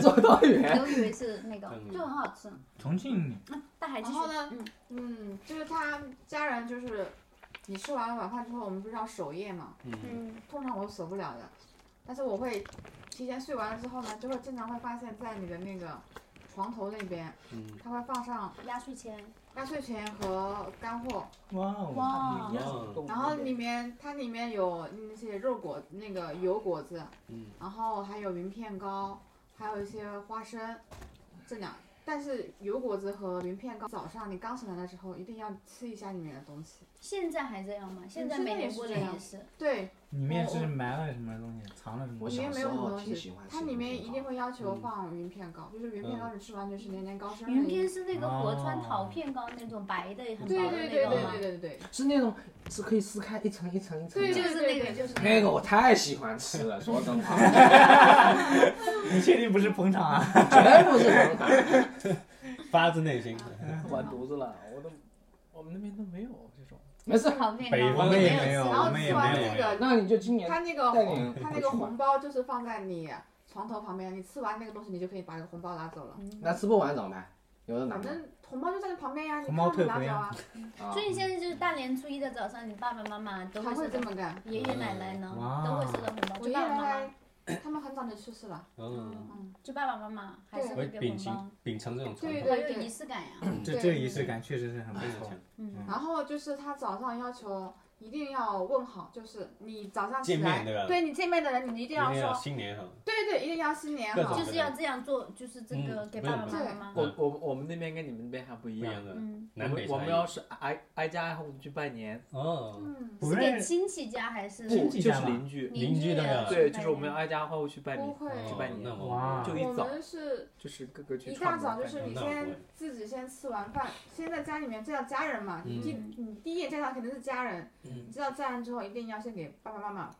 Speaker 3: 做个汤圆，
Speaker 4: 都以为是那个，就很好吃。
Speaker 10: 重庆
Speaker 4: 但还继续
Speaker 9: 然后呢
Speaker 4: 嗯，
Speaker 9: 嗯，就是他家人就是，你吃完晚饭之后，我们不是要守夜嘛？
Speaker 5: 嗯，
Speaker 4: 嗯，
Speaker 9: 通常我守不了的，但是我会提前睡完了之后呢，就会经常会发现，在你的那个床头那边，
Speaker 5: 嗯
Speaker 9: 他会放上
Speaker 4: 压岁钱，
Speaker 9: 压岁钱和干货，
Speaker 4: 嗯
Speaker 10: 哇哦，
Speaker 4: 哇，
Speaker 9: 然后里面它里面有那些肉果那个油果子，
Speaker 5: 嗯
Speaker 9: 然后还有名片糕，还有一些花生，这两但是油果子和云片糕，早上你刚醒来的时候一定要吃一下里面的东西。
Speaker 4: 现在还这样吗？现在
Speaker 9: 嗯
Speaker 4: 每
Speaker 9: 也
Speaker 4: 年
Speaker 9: 是
Speaker 4: 过
Speaker 9: 这
Speaker 4: 年
Speaker 9: 样
Speaker 4: 也是。
Speaker 9: 对，
Speaker 10: 里面
Speaker 9: 我
Speaker 10: 是埋了什么东西，藏了什么东
Speaker 9: 里
Speaker 10: 西？
Speaker 9: 面没有什么东
Speaker 3: 挺
Speaker 9: 西
Speaker 3: 喜欢，
Speaker 9: 它
Speaker 3: 吃
Speaker 9: 里
Speaker 3: 云
Speaker 9: 面
Speaker 3: 片
Speaker 9: 一定会要求放云片糕，就是云片糕你吃完就是年年高升。
Speaker 4: 云片是那个
Speaker 3: 哦
Speaker 4: 火川桃片糕那种白的，很薄
Speaker 9: 对
Speaker 4: 的
Speaker 9: 对
Speaker 4: 那
Speaker 9: 对
Speaker 4: 个
Speaker 9: 对
Speaker 4: 吗
Speaker 9: 对？对对，
Speaker 3: 是那种是可以撕开一层一层一层
Speaker 9: 对
Speaker 3: 的。
Speaker 4: 就是那个，就是
Speaker 6: 那个我太喜欢吃了，说真话，
Speaker 10: 你确定不是捧场啊？
Speaker 6: 绝不是很好。
Speaker 5: 发自内心的。
Speaker 6: 完犊子了，我都我们那边都没有这种。
Speaker 3: 没事，
Speaker 4: 桃片
Speaker 5: 北
Speaker 4: 糕。
Speaker 5: 方
Speaker 10: 也
Speaker 5: 没
Speaker 10: 有
Speaker 9: 然后
Speaker 10: 我们也
Speaker 9: 吃完
Speaker 10: 没有
Speaker 9: 这个，
Speaker 6: 那你就今年
Speaker 9: 它那个
Speaker 6: 带
Speaker 9: 红
Speaker 6: 你
Speaker 9: 它那个红包就是放在你床头旁边，你吃完那个东西，你就可以把那个红包拿走了。
Speaker 6: 那吃不完怎么办？有的拿
Speaker 9: 反
Speaker 6: 不走。
Speaker 9: 正红包就在你旁边呀，你
Speaker 10: 红包
Speaker 9: 看着
Speaker 10: 退
Speaker 9: 拿
Speaker 10: 回
Speaker 9: 走
Speaker 10: 呀
Speaker 9: 啊，
Speaker 6: 啊
Speaker 4: 所以现在就是大年初一的早上，你爸爸妈妈都
Speaker 9: 还
Speaker 4: 会
Speaker 9: 会
Speaker 4: 收
Speaker 9: 这
Speaker 4: 到，
Speaker 9: 么干。
Speaker 4: 爷爷奶奶呢
Speaker 10: 哇
Speaker 4: 都会收到红包，
Speaker 9: 我
Speaker 4: 就
Speaker 9: 爷
Speaker 4: 爸
Speaker 9: 爷
Speaker 4: 爸妈
Speaker 9: 奶
Speaker 4: 妈，
Speaker 9: 奶他们很早就去世了，
Speaker 5: 嗯，
Speaker 4: 就爸爸妈妈还是
Speaker 5: 我
Speaker 4: 会给
Speaker 5: 秉
Speaker 4: 红包
Speaker 5: 行，秉承这种传
Speaker 9: 对
Speaker 5: 统，
Speaker 4: 好有仪式感呀。
Speaker 10: 这
Speaker 9: 对
Speaker 10: 这个仪式感确实是很不
Speaker 5: 非常
Speaker 10: 错
Speaker 5: 强。。
Speaker 4: 嗯，
Speaker 9: 然后就是他早上要求一定要问好，就是你早上起
Speaker 5: 见面
Speaker 9: 来，
Speaker 5: 对吧
Speaker 9: 对你见面的人，你一
Speaker 5: 一
Speaker 9: 定要
Speaker 5: 定
Speaker 9: 说
Speaker 5: 要，新年好，
Speaker 9: 对对，一定要新年
Speaker 5: 各
Speaker 9: 好
Speaker 5: 种。
Speaker 4: 就是要这样做，就是这个
Speaker 5: 嗯
Speaker 4: 给爸爸
Speaker 5: 不
Speaker 9: 是
Speaker 4: 妈妈。
Speaker 2: 我我我们那边跟你们那边还不一
Speaker 5: 不一样
Speaker 2: 样，
Speaker 5: 的
Speaker 4: 嗯，
Speaker 2: 我
Speaker 5: 南北
Speaker 2: 们
Speaker 5: 差异。
Speaker 2: 我们要是挨挨家挨户地去拜年，
Speaker 5: 哦，
Speaker 9: 嗯，
Speaker 10: 不
Speaker 4: 是给
Speaker 10: 认识
Speaker 4: 亲戚家还
Speaker 5: 嗯
Speaker 4: 是
Speaker 2: 不
Speaker 10: 亲
Speaker 2: 就
Speaker 10: 戚家
Speaker 2: 是
Speaker 10: 嘛
Speaker 2: 邻居，
Speaker 5: 邻居的呀
Speaker 4: 也
Speaker 2: 对，
Speaker 4: 拜
Speaker 2: 就是我们
Speaker 4: 年
Speaker 2: 要挨家挨户去拜
Speaker 9: 不
Speaker 2: 年，
Speaker 9: 会，
Speaker 5: 哦
Speaker 2: 去拜年
Speaker 5: 那我
Speaker 10: 哇
Speaker 2: 就
Speaker 9: 我
Speaker 2: 一早
Speaker 9: 们是
Speaker 2: 就是各个去
Speaker 9: 一大
Speaker 2: 串门
Speaker 9: 早就
Speaker 2: 拜
Speaker 9: 是
Speaker 2: 年
Speaker 9: 你
Speaker 5: 那我
Speaker 9: 先
Speaker 5: 会
Speaker 9: 自己先吃完饭，先在家里面见到家人嘛，你
Speaker 5: 嗯
Speaker 9: 第你第一眼见到肯定是家人，
Speaker 10: 嗯
Speaker 9: 你知道家人之后一定要先给爸爸妈妈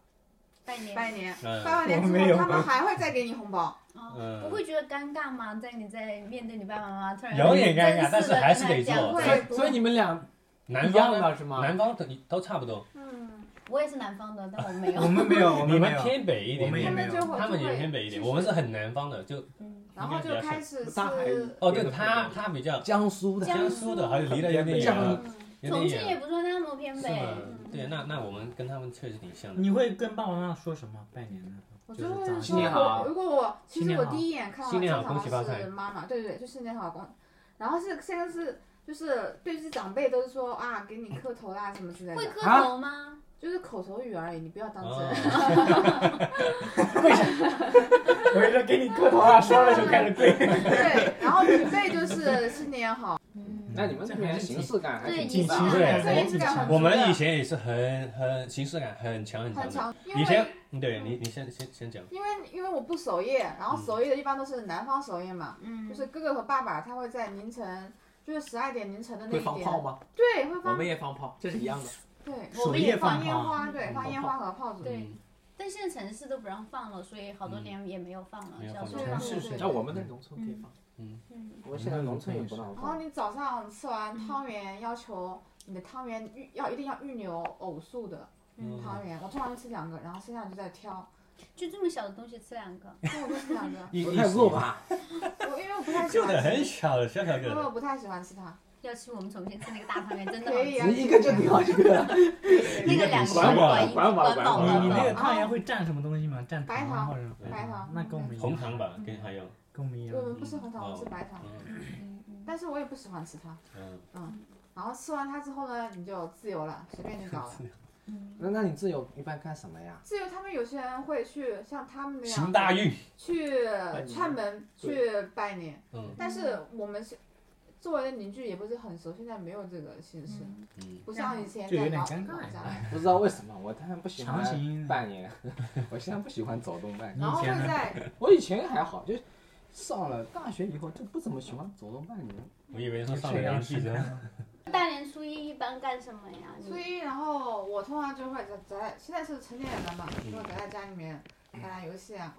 Speaker 4: 拜年
Speaker 9: 拜年，
Speaker 5: 嗯
Speaker 9: 拜完年
Speaker 10: 我没
Speaker 9: 之
Speaker 10: 有
Speaker 9: 后他们还会再给你红包，
Speaker 4: 哦，
Speaker 5: 嗯
Speaker 4: 不会觉得尴尬吗？在你在面对你爸爸妈妈突然
Speaker 5: 有点尴
Speaker 4: 真
Speaker 5: 尬但
Speaker 4: 实
Speaker 5: 是
Speaker 4: 地
Speaker 5: 还是
Speaker 4: 跟他
Speaker 5: 得
Speaker 4: 讲
Speaker 5: 做
Speaker 4: 会
Speaker 2: 所以
Speaker 4: 不会
Speaker 2: 所以你们俩
Speaker 5: 南
Speaker 2: 一
Speaker 5: 方
Speaker 2: 样
Speaker 5: 的
Speaker 2: 的是吗？
Speaker 5: 南方的你都差不多，
Speaker 9: 嗯，
Speaker 4: 我也是南方的，但我没有。
Speaker 10: 我们没有，我
Speaker 5: 你
Speaker 10: 们没
Speaker 5: 们
Speaker 10: 有。
Speaker 5: 偏北一点
Speaker 10: 我们也
Speaker 9: 他
Speaker 5: 点，
Speaker 10: 没
Speaker 9: 们
Speaker 10: 有
Speaker 9: 就会
Speaker 5: 他们
Speaker 9: 就
Speaker 5: 也
Speaker 9: 会
Speaker 5: 偏北一点，
Speaker 9: 就
Speaker 5: 我们是很南方的，就
Speaker 4: 嗯
Speaker 9: 然后就开始吃，
Speaker 2: 大海
Speaker 5: 哦，对他他比较
Speaker 3: 江苏的
Speaker 5: 江苏的，好像离得有点远了，
Speaker 9: 嗯
Speaker 5: 有
Speaker 4: 重
Speaker 5: 点
Speaker 4: 庆也
Speaker 5: 远，
Speaker 4: 不算那么偏
Speaker 5: 是
Speaker 4: 北，嗯
Speaker 5: 吗？对，那那我们跟他们确实挺像的。
Speaker 10: 你会跟爸爸妈妈说什么？拜年呢？
Speaker 9: 我
Speaker 10: 就早
Speaker 9: 就是会说，
Speaker 10: 上
Speaker 6: 新年好
Speaker 9: 如果我其
Speaker 10: 新
Speaker 9: 实
Speaker 10: 年
Speaker 9: 我
Speaker 10: 好
Speaker 9: 第一眼看到
Speaker 5: 新年好
Speaker 9: 正常
Speaker 5: 恭喜发财
Speaker 9: 是妈妈，对对对，就新年好光，然后是现在是就是对自己长辈都是说啊，给你磕头啦什么之类
Speaker 4: 会
Speaker 9: 的，
Speaker 4: 磕头
Speaker 5: 啊
Speaker 4: 吗？
Speaker 9: 就是口头语而已，你不要当真。
Speaker 5: 哦，
Speaker 10: 我就说给你磕头啊，说了就开始跪。
Speaker 9: 对，然后准备就是新年好，
Speaker 4: 嗯，
Speaker 6: 那你们那边形式感还
Speaker 4: 对，
Speaker 6: 挺
Speaker 4: 仪
Speaker 6: 重
Speaker 4: 式
Speaker 6: 的
Speaker 4: 感
Speaker 5: 挺轻的
Speaker 9: 这仪式感很
Speaker 5: 我们以前也是很很形式感很强很
Speaker 9: 很
Speaker 5: 强的。
Speaker 9: 强，因
Speaker 5: 你先嗯
Speaker 9: 为，
Speaker 5: 对你你先先先讲，
Speaker 9: 因为因为我不守夜，然后守夜的一般都是南方守夜嘛，
Speaker 4: 嗯，
Speaker 9: 就是哥哥和爸爸他会在凌晨。就是十二点凌晨的那
Speaker 2: 会
Speaker 9: 一
Speaker 2: 放炮
Speaker 9: 点，
Speaker 2: 吗？
Speaker 9: 对，会
Speaker 2: 我
Speaker 9: 放，
Speaker 2: 们也放炮，这是一样的。
Speaker 9: 对，
Speaker 4: 我们
Speaker 10: 守夜
Speaker 4: 也
Speaker 9: 放
Speaker 10: 放
Speaker 9: 烟
Speaker 10: 炮
Speaker 9: 花，对，放烟花和
Speaker 5: 嗯
Speaker 9: 炮竹，
Speaker 4: 对，但现在城市都不让放了，所以好多年也没有放了
Speaker 5: 没。有
Speaker 4: 小
Speaker 5: 放
Speaker 4: 时候
Speaker 9: 城
Speaker 4: 放
Speaker 9: 市
Speaker 4: 过
Speaker 9: 是
Speaker 2: 那我们在农村可以放，
Speaker 4: 嗯，
Speaker 6: 我现在农村也不让
Speaker 9: 然后
Speaker 6: 放，
Speaker 9: 你早上吃完汤圆，要求你的汤圆预要一定要预留偶数的
Speaker 5: 嗯
Speaker 9: 汤圆。我通常就吃两个，然后剩下就再挑。
Speaker 4: 就这么小的东西吃两个，
Speaker 9: 所以我就吃两个，
Speaker 5: 一
Speaker 6: 不
Speaker 5: 一
Speaker 6: 太
Speaker 5: 起
Speaker 6: 够吧？
Speaker 9: 我因为我不太 喜
Speaker 5: 就
Speaker 9: 欢
Speaker 5: 的很
Speaker 9: 吃，
Speaker 5: 小的小小
Speaker 9: 因为
Speaker 5: 个
Speaker 9: 我不太喜欢吃它。
Speaker 4: 要吃我们重庆吃那个大汤圆，真的好
Speaker 9: 可
Speaker 4: 吃
Speaker 9: 以啊，
Speaker 6: 你一个就顶好几个了。
Speaker 4: 那个两个
Speaker 5: 管饱
Speaker 4: 管一管饱
Speaker 6: 管
Speaker 4: 饱
Speaker 6: 饱
Speaker 10: 你
Speaker 4: 饱
Speaker 10: 你那
Speaker 4: 饱 嗯
Speaker 10: 个汤圆会蘸什么东西吗？蘸
Speaker 9: 白
Speaker 10: 啊
Speaker 9: 糖
Speaker 10: 或者
Speaker 5: 对
Speaker 9: 白糖
Speaker 10: 那跟我们
Speaker 5: 的，
Speaker 10: 一
Speaker 5: 红
Speaker 10: 样，
Speaker 5: 糖吧，跟还有，
Speaker 10: 跟我们一样
Speaker 9: 我。们不吃红糖，
Speaker 5: 嗯
Speaker 9: 我吃白糖，
Speaker 5: 嗯
Speaker 4: 嗯嗯
Speaker 9: 但是我也不喜欢吃它。
Speaker 5: 嗯，
Speaker 9: 然后吃完它之后呢，你就自由了，随便你搞了。
Speaker 4: 嗯，
Speaker 6: 那那你自由一般干什么呀？
Speaker 9: 自由，他们有些人会去像他们那
Speaker 5: 行
Speaker 9: 样
Speaker 5: 大运，
Speaker 9: 去
Speaker 2: 年
Speaker 9: 串门、去拜年，
Speaker 5: 嗯
Speaker 9: 但是我们是作为邻居也不是很熟，现在没有这个形式。
Speaker 5: 嗯，
Speaker 9: 不像以前
Speaker 10: 就有
Speaker 9: 在
Speaker 10: 点
Speaker 9: 老
Speaker 10: 尴尬
Speaker 9: 老家，
Speaker 6: 不知道为什么，我当然不喜
Speaker 10: 强
Speaker 6: 欢
Speaker 10: 行。
Speaker 6: 拜年，我现在不喜欢走动 拜年。
Speaker 9: 然
Speaker 10: 以
Speaker 9: 后会
Speaker 10: 前呢
Speaker 9: 在
Speaker 6: 我以前还好，就上了大学以后就不怎么喜欢走动拜年。
Speaker 5: 我以为说上
Speaker 10: 沈
Speaker 5: 了
Speaker 10: 阳
Speaker 5: 年纪
Speaker 10: 的
Speaker 5: 的，
Speaker 4: 大年初一一般干什么呀？
Speaker 9: 初一，然后我通常就会宅宅，现在是成年人了嘛，就
Speaker 10: 嗯
Speaker 9: 会宅在家里面打打游戏 啊，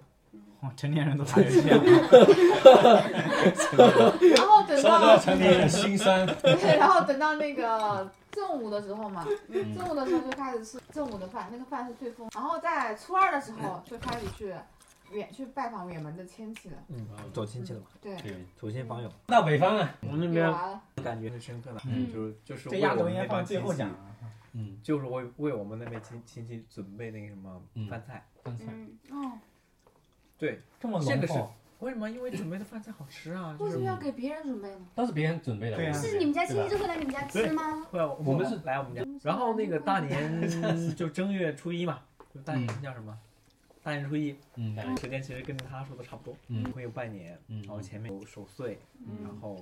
Speaker 10: 哇成年人都打游戏了。
Speaker 9: 然后等
Speaker 5: 说到
Speaker 9: 到
Speaker 5: 成年人心酸，
Speaker 9: 对，然后等到那个正午的时候嘛，
Speaker 5: 嗯
Speaker 9: 正午的时候就开始吃正午的饭，那个饭是最丰，然后在初二的时候就开始去远去拜访远门的亲戚了，
Speaker 5: 嗯，
Speaker 11: 走亲戚了嘛，
Speaker 9: 对，
Speaker 5: 对，
Speaker 11: 走亲访友，
Speaker 5: 到北方啊，
Speaker 11: 我们那
Speaker 9: 有
Speaker 11: 边
Speaker 9: 完了，
Speaker 11: 感觉很深刻的，
Speaker 5: 嗯
Speaker 11: 就是就是
Speaker 10: 这
Speaker 11: 为
Speaker 10: 亚
Speaker 11: 我
Speaker 10: 洲
Speaker 11: 们
Speaker 10: 烟
Speaker 11: 那
Speaker 10: 放
Speaker 11: 边
Speaker 10: 最
Speaker 11: 亲
Speaker 10: 后啊
Speaker 11: 戚
Speaker 10: 讲，
Speaker 5: 嗯，
Speaker 11: 就是为为我们那边亲亲戚准备那个什么饭菜。
Speaker 5: 刚才
Speaker 4: 嗯，
Speaker 9: 哦，
Speaker 11: 对，
Speaker 10: 这
Speaker 6: 哦
Speaker 10: 么
Speaker 11: 这
Speaker 10: 浓
Speaker 11: 个是
Speaker 10: 厚，
Speaker 11: 为什么？因为准备的饭菜好吃啊，就
Speaker 9: 为什
Speaker 11: 是
Speaker 9: 么要给别人准备呢？
Speaker 5: 都是别人准备的，
Speaker 10: 对啊
Speaker 4: 是你们家亲戚会来你们家吃吗？
Speaker 11: 会啊我们是
Speaker 9: 啊
Speaker 11: 来我们家，然后那个大年就正月初一嘛，就大年叫什么？
Speaker 2: 大年初一，
Speaker 5: 嗯大年初一
Speaker 2: 时间其实跟他说的差不多，
Speaker 5: 嗯
Speaker 2: 会有拜年，
Speaker 5: 嗯
Speaker 2: 然后前面有守岁，
Speaker 5: 嗯
Speaker 2: 然后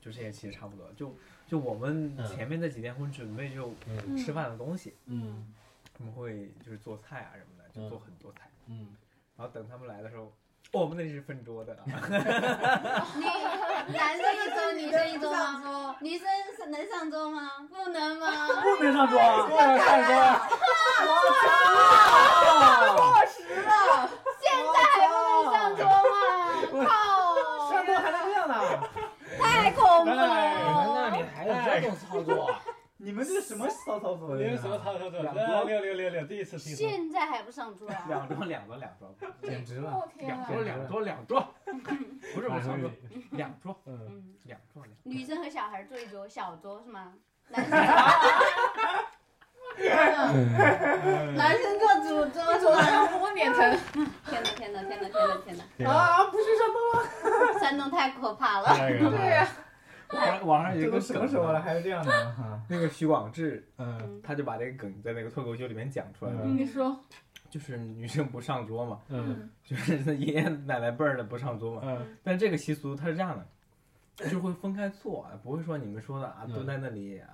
Speaker 2: 就这些其实差不多，就就我们
Speaker 5: 嗯
Speaker 2: 前面这几天会准备就
Speaker 5: 嗯
Speaker 2: 吃饭的东西，
Speaker 5: 嗯，
Speaker 2: 他们会就是做菜啊什么的，就做很多菜，
Speaker 5: 嗯，
Speaker 2: 然后等他们来的时候，哦我们那里是分桌的啊，
Speaker 4: 你男生一桌，女生一桌吗？女生是能上桌吗？不能吗？不
Speaker 11: 能上桌啊不能上桌啊
Speaker 4: 我操！
Speaker 11: 过
Speaker 4: 时了，现在还不能上桌吗？靠！
Speaker 11: 上桌还能这样呢？
Speaker 4: 太恐怖
Speaker 11: 哎
Speaker 4: 了！
Speaker 11: 那你还有这种操作啊？
Speaker 10: 你们这是什么骚操作？
Speaker 5: 你们什么操作？
Speaker 10: 两
Speaker 5: 六
Speaker 10: 桌
Speaker 5: 六六六六，第一次 听说。
Speaker 4: 现在还不上桌啊？
Speaker 2: 哎两桌两桌两桌，
Speaker 12: 简直
Speaker 4: 了我天啊
Speaker 2: 两桌两桌两桌，不是不
Speaker 5: 哎
Speaker 2: 是上桌， 两桌，
Speaker 4: 嗯，
Speaker 2: 两桌两桌。
Speaker 4: 女生和小孩坐一桌，小桌是吗？
Speaker 9: 男生做主桌，桌上摸脸疼。
Speaker 4: 天哪天哪天哪天哪天哪！
Speaker 9: 啊，不是山东吗？
Speaker 4: 山东太可怕了。
Speaker 2: 太可怕了
Speaker 9: 对呀、
Speaker 2: 网网上有一
Speaker 10: 这都
Speaker 2: 个
Speaker 10: 什么时候了还有这样的
Speaker 2: 哈？那个徐广志，嗯，他就把这个梗在那个脱口秀里面讲出来了。
Speaker 9: 你说，
Speaker 2: 就是女生不上桌嘛，
Speaker 9: 嗯，
Speaker 2: 就是他爷爷奶奶辈儿的不上桌嘛，
Speaker 5: 嗯，
Speaker 2: 但这个习俗它是这样的，就会分开坐，不会说你们说的啊蹲在那里， 啊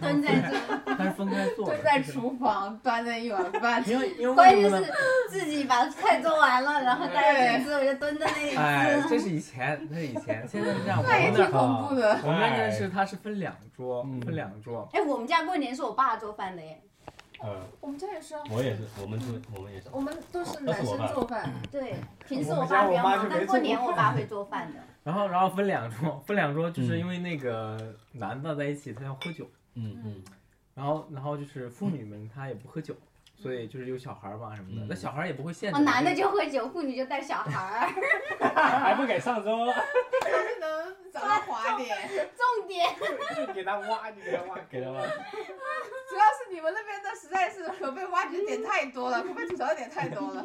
Speaker 9: 蹲在这，
Speaker 2: 它是分开坐的，
Speaker 9: 蹲在厨房端着一碗饭，
Speaker 2: 因为 因为
Speaker 4: 关
Speaker 2: 为
Speaker 4: 键
Speaker 2: 什么呢
Speaker 4: 是自己把菜做完了，然后大家去吃，我就蹲在那里吃。
Speaker 2: 哎，这是以前，那是以前，现在是 这样，我
Speaker 4: 那也
Speaker 2: 们那
Speaker 4: 挺恐怖的
Speaker 2: 我们那边是它是分两桌，分两桌，
Speaker 4: 哎，我们家过年是我爸做饭的耶。
Speaker 5: 嗯，
Speaker 9: 我们家也是啊。
Speaker 5: 我也是，我们做我们也是。
Speaker 9: 我们都是
Speaker 5: 那是
Speaker 9: 男
Speaker 5: 我
Speaker 9: 生
Speaker 5: 爸
Speaker 9: 做饭，
Speaker 4: 对，平时我爸比较忙，但过年我爸会做饭的。
Speaker 2: 然后然后分两桌，分两桌就是因为那个男的在一起他要喝酒，
Speaker 5: 嗯嗯，
Speaker 2: 然后然后就是妇女们她也不喝酒，所以就是有小孩嘛什么
Speaker 5: 嗯
Speaker 2: 的，那小孩也不会限
Speaker 4: 哦，
Speaker 2: 制，
Speaker 4: 男的就喝酒，妇女就带小孩儿。
Speaker 2: 还不给上桌，
Speaker 9: 还能长得滑一点。
Speaker 4: 重点，
Speaker 10: 就给他挖，就给他挖，
Speaker 5: 给他挖。
Speaker 9: 主要是你们那边的实在是可被挖掘点太多了，可被吐槽的点太多了。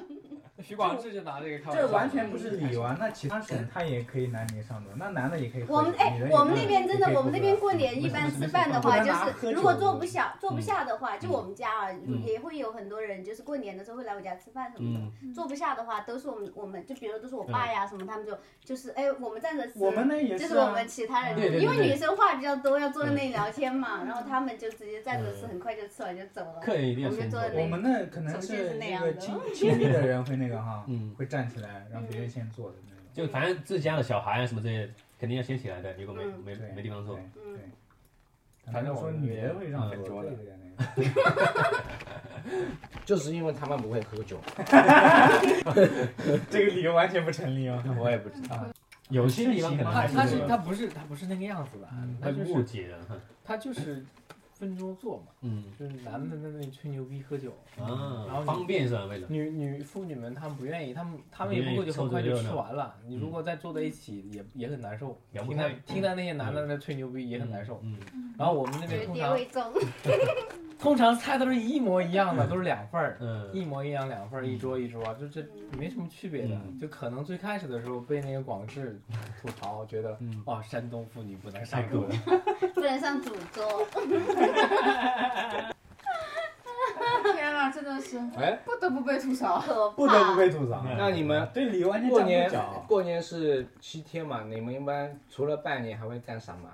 Speaker 2: 徐广志就拿这个开玩笑，
Speaker 10: 这完全不是理由啊！那其他省他也可以男女上桌，那男的也可以喝
Speaker 4: 我们哎
Speaker 10: 女的，也
Speaker 4: 我们那边
Speaker 10: 可以
Speaker 4: 真的，
Speaker 10: 喝
Speaker 4: 我们那边过年一般吃饭的话，
Speaker 10: 不
Speaker 4: 就
Speaker 10: 然拿喝
Speaker 4: 是
Speaker 10: 酒
Speaker 4: 如果做不下做不下的话，
Speaker 10: 嗯
Speaker 4: 就我们家啊，
Speaker 10: 嗯
Speaker 4: 也会有很多人，就是过年的时候会来我家吃饭什么的。
Speaker 10: 嗯
Speaker 4: 做不下的话，都是我们我们就比如都是我爸呀什么，他们就就是哎，我们站着吃，
Speaker 10: 我们那也是啊
Speaker 4: 就是我们其他
Speaker 10: 对
Speaker 4: 人，
Speaker 10: 对对
Speaker 4: 因为
Speaker 10: 对
Speaker 4: 女生话比较多，要坐在那里聊天嘛，然后他们就直接站着吃，很快就吃完就走了。
Speaker 10: 客人一定
Speaker 4: 我
Speaker 10: 要
Speaker 4: 们就
Speaker 10: 先
Speaker 4: 坐
Speaker 10: 坐
Speaker 4: 在那里。
Speaker 10: 我们那可能
Speaker 4: 首先
Speaker 10: 是
Speaker 4: 那
Speaker 10: 那
Speaker 4: 样
Speaker 10: 个
Speaker 4: 的
Speaker 10: 亲亲密的人会那个哈，
Speaker 5: 嗯
Speaker 10: 会站起来让别人先坐的那种。
Speaker 5: 就反正自家的小孩啊什么这些，肯定要先起来的，如果没
Speaker 10: 嗯
Speaker 5: 没
Speaker 10: 对
Speaker 5: 没地方坐。
Speaker 10: 反正我们女人会让
Speaker 5: 嗯
Speaker 10: 座，这个有点那个。
Speaker 13: 就是因为他们不会喝酒。
Speaker 10: 这个理由完全不成立啊！
Speaker 13: 我也不知道，
Speaker 5: 有些地方可能
Speaker 2: 他他是他
Speaker 5: 他
Speaker 2: 不是他不是那个样子的，他
Speaker 5: 他
Speaker 2: 就是
Speaker 5: 误解了哈。
Speaker 2: 他就是分桌坐嘛，
Speaker 5: 嗯，
Speaker 2: 就是男的在那里吹牛逼喝酒
Speaker 5: 啊
Speaker 2: 然后女
Speaker 5: 方便是吧为了
Speaker 2: 女女妇女们她们不愿意，她们她们
Speaker 5: 不
Speaker 2: 也
Speaker 5: 愿
Speaker 2: 不
Speaker 5: 意
Speaker 2: 喝酒，
Speaker 5: 凑
Speaker 2: 很快
Speaker 5: 这
Speaker 2: 就
Speaker 5: 热
Speaker 2: 吃
Speaker 5: 闹嗯
Speaker 2: 完了。你如果再坐在一起，也也很难受。
Speaker 5: 聊不
Speaker 2: 听到
Speaker 5: 开
Speaker 2: 听到那些男的在吹牛逼也很难受。
Speaker 5: 嗯，
Speaker 2: 然后我们那边
Speaker 4: 绝
Speaker 2: 通
Speaker 4: 地
Speaker 2: 常
Speaker 4: 为重。
Speaker 2: 通常菜都是一模一样 的，都是两份儿，
Speaker 5: 嗯
Speaker 2: 一模一样两份儿，一桌
Speaker 4: 嗯
Speaker 2: 一桌，就这没什么区别的。就可能最开始的时候被那个广志吐槽，觉得
Speaker 5: 嗯
Speaker 2: 哇，山东妇女不能上桌。
Speaker 4: 不能上主桌。
Speaker 9: 天啊，真的是，
Speaker 13: 哎
Speaker 9: 不得不被吐槽，
Speaker 4: 可
Speaker 10: 不得不被吐槽。
Speaker 5: 啊
Speaker 13: 那你们
Speaker 10: 对理由完全
Speaker 13: 过
Speaker 10: 站不
Speaker 13: 年
Speaker 10: 脚。
Speaker 13: 过年是七天嘛？你们一般除了拜年还会干什么？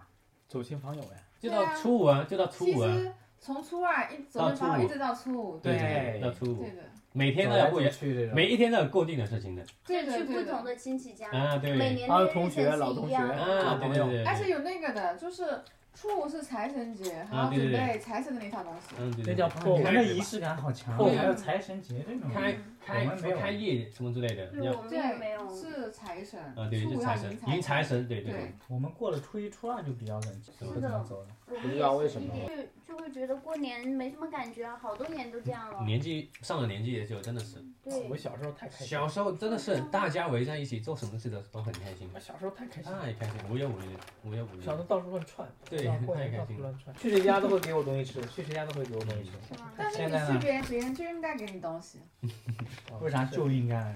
Speaker 2: 走亲访友呀。
Speaker 5: 就到初五啊，就到初
Speaker 9: 其
Speaker 5: 五啊，
Speaker 9: 实从初二一走
Speaker 5: 到
Speaker 9: 到
Speaker 5: 初五
Speaker 9: 一直到初五，
Speaker 5: 对，到初五
Speaker 9: 对的，
Speaker 5: 每天都要过
Speaker 10: 走来走去这，种
Speaker 5: 每一天都有固定的事情的。
Speaker 4: 就去不同的亲戚家，
Speaker 5: 啊对
Speaker 4: 每年
Speaker 5: 还
Speaker 4: 的
Speaker 5: 有
Speaker 4: 日程
Speaker 5: 同学老
Speaker 4: 是
Speaker 5: 同
Speaker 4: 一
Speaker 5: 学
Speaker 4: 样的。
Speaker 5: 啊对对对
Speaker 9: 而且有那个的，就是初五是财神节，还
Speaker 5: 啊
Speaker 9: 要
Speaker 5: 对
Speaker 9: 准
Speaker 5: 对
Speaker 9: 备财神的那套东西。
Speaker 5: 嗯，对
Speaker 10: 这叫
Speaker 4: 哦
Speaker 2: 哦
Speaker 5: 破
Speaker 10: 你们的仪式感好强啊！
Speaker 5: 对
Speaker 10: 还有财神节这种，
Speaker 5: 开开
Speaker 10: 我们没有
Speaker 5: 开业什么之类的，要
Speaker 4: 我们也没有。
Speaker 9: 嗯是财神
Speaker 5: 啊，对，
Speaker 9: 初
Speaker 5: 是
Speaker 9: 五
Speaker 5: 财
Speaker 9: 要
Speaker 5: 神，迎
Speaker 9: 迎
Speaker 5: 财
Speaker 9: 财
Speaker 5: 神，对
Speaker 9: 对
Speaker 5: 对。
Speaker 10: 我们过了初一、初二就比较冷静，不怎么走了。
Speaker 4: 我
Speaker 13: 不
Speaker 4: 们
Speaker 13: 知
Speaker 4: 也
Speaker 13: 道
Speaker 4: 是
Speaker 13: 为什
Speaker 4: 一
Speaker 13: 么
Speaker 4: 点就就会觉得过年没什么感觉啊，好多年都这样了。
Speaker 5: 年纪上了年纪的时候，真的是，
Speaker 4: 对
Speaker 2: 我小时候太开心了
Speaker 5: 小时候真的是大家围在一起做什么事都都很开心。哎
Speaker 2: 小时候太开心了
Speaker 5: 太开心，无忧无虑，无忧无虑。
Speaker 2: 小时候到处乱窜，
Speaker 5: 对
Speaker 10: 嗯
Speaker 2: 到处
Speaker 5: 太开
Speaker 2: 到
Speaker 5: 心
Speaker 2: 处
Speaker 5: 了
Speaker 2: 乱窜，去谁家都会给我东西吃，去谁家都会给我东西吃。
Speaker 9: 但是
Speaker 2: 现
Speaker 9: 你
Speaker 2: 在
Speaker 9: 去
Speaker 2: 呢？
Speaker 9: 别人，别人就应该给你东西，
Speaker 10: 为啥就应该？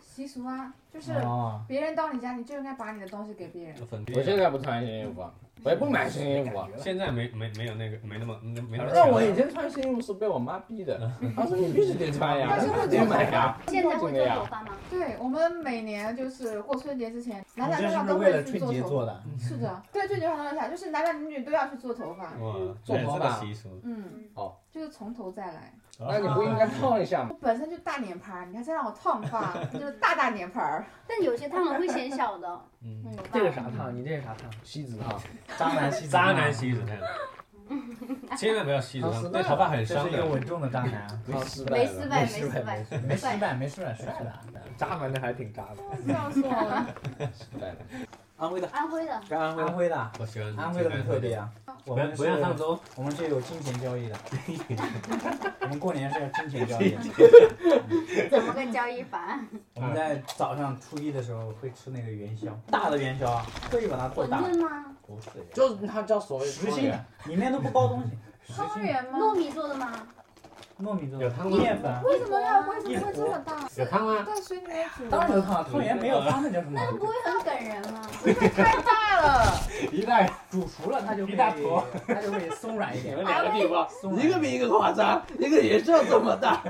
Speaker 9: 习俗啊，就是
Speaker 10: 哦
Speaker 9: 别人到你家，你就应该把你的东西给别人。
Speaker 2: 啊
Speaker 13: 我现在不穿新衣服，
Speaker 3: 我也不买新衣服。
Speaker 5: 现在没没没有那个没那么没没那么。
Speaker 8: 那我以前穿新衣服是被我妈逼 的，她说你必须得穿呀，那得买呀，
Speaker 4: 现在会做
Speaker 8: 呀
Speaker 4: 头。发吗？
Speaker 9: 对我们每年就是过春节之前，
Speaker 5: 哦
Speaker 9: 男男
Speaker 8: 你
Speaker 9: 女
Speaker 8: 这是
Speaker 9: 女
Speaker 8: 不是
Speaker 9: 都
Speaker 8: 为了
Speaker 9: 会去
Speaker 8: 春
Speaker 9: 做
Speaker 8: 节
Speaker 9: 头
Speaker 8: 做
Speaker 9: 发。
Speaker 8: 的？
Speaker 9: 是 的，对，春节好像想，就是男男女女都要去做头发。
Speaker 5: 哇，
Speaker 8: 做
Speaker 5: 这
Speaker 8: 头
Speaker 5: 个
Speaker 8: 发
Speaker 5: 习俗。
Speaker 9: 嗯，
Speaker 8: 哦，
Speaker 9: 就是从头再来。
Speaker 8: 那你不应该烫一下吗
Speaker 9: 我？本身就大脸盘儿，你还再让我烫发，那就是大大脸盘儿。
Speaker 4: 但有些烫了会显小的。
Speaker 9: 嗯，
Speaker 11: 这个啥烫？你这是啥烫？
Speaker 8: 锡纸
Speaker 2: 啊
Speaker 8: 烫，
Speaker 5: 渣男吸渣男吸纸烫，千万不要吸纸烫，对头发很伤
Speaker 10: 这是一个
Speaker 5: 的。
Speaker 10: 稳重的渣男，
Speaker 4: 没失败，没失败，
Speaker 10: 败，没失败，没失败，帅的。
Speaker 11: 渣男的还挺渣的。
Speaker 9: 哦笑死我了。
Speaker 10: 安徽的，
Speaker 4: 安徽的，
Speaker 11: 该安徽
Speaker 10: 安徽的，
Speaker 5: 我喜欢
Speaker 10: 安徽的很特别啊。我们是
Speaker 5: 不要上桌，
Speaker 10: 我们是有金钱交易的。 我们过年是要金钱交易 的。
Speaker 4: 怎么个交易法？
Speaker 10: 我们在早上初一的时候会吃那个元宵，大的元宵啊，特意把它做
Speaker 4: 馄
Speaker 10: 大，
Speaker 4: 饨吗？
Speaker 10: 不是
Speaker 8: 就是它叫所谓
Speaker 10: 实心的，里面都不包东西，
Speaker 9: 汤圆吗？
Speaker 4: 糯米做的吗？
Speaker 10: 糯米做
Speaker 5: 有
Speaker 10: 的
Speaker 5: 汤，吗
Speaker 10: 面粉。
Speaker 9: 为什么要为什么会这么大？
Speaker 5: 有汤吗？
Speaker 9: 在水里面煮，
Speaker 10: 当然有汤，汤圆没有汤那叫什么？
Speaker 4: 那不会很感人 吗？
Speaker 9: 太大了。
Speaker 8: 一袋
Speaker 10: 煮熟了它就会
Speaker 8: 一大坨，
Speaker 10: 它就会松软一点。
Speaker 8: 两个地方，
Speaker 10: 松软
Speaker 8: 一个比一个夸张，一个也是要这么大。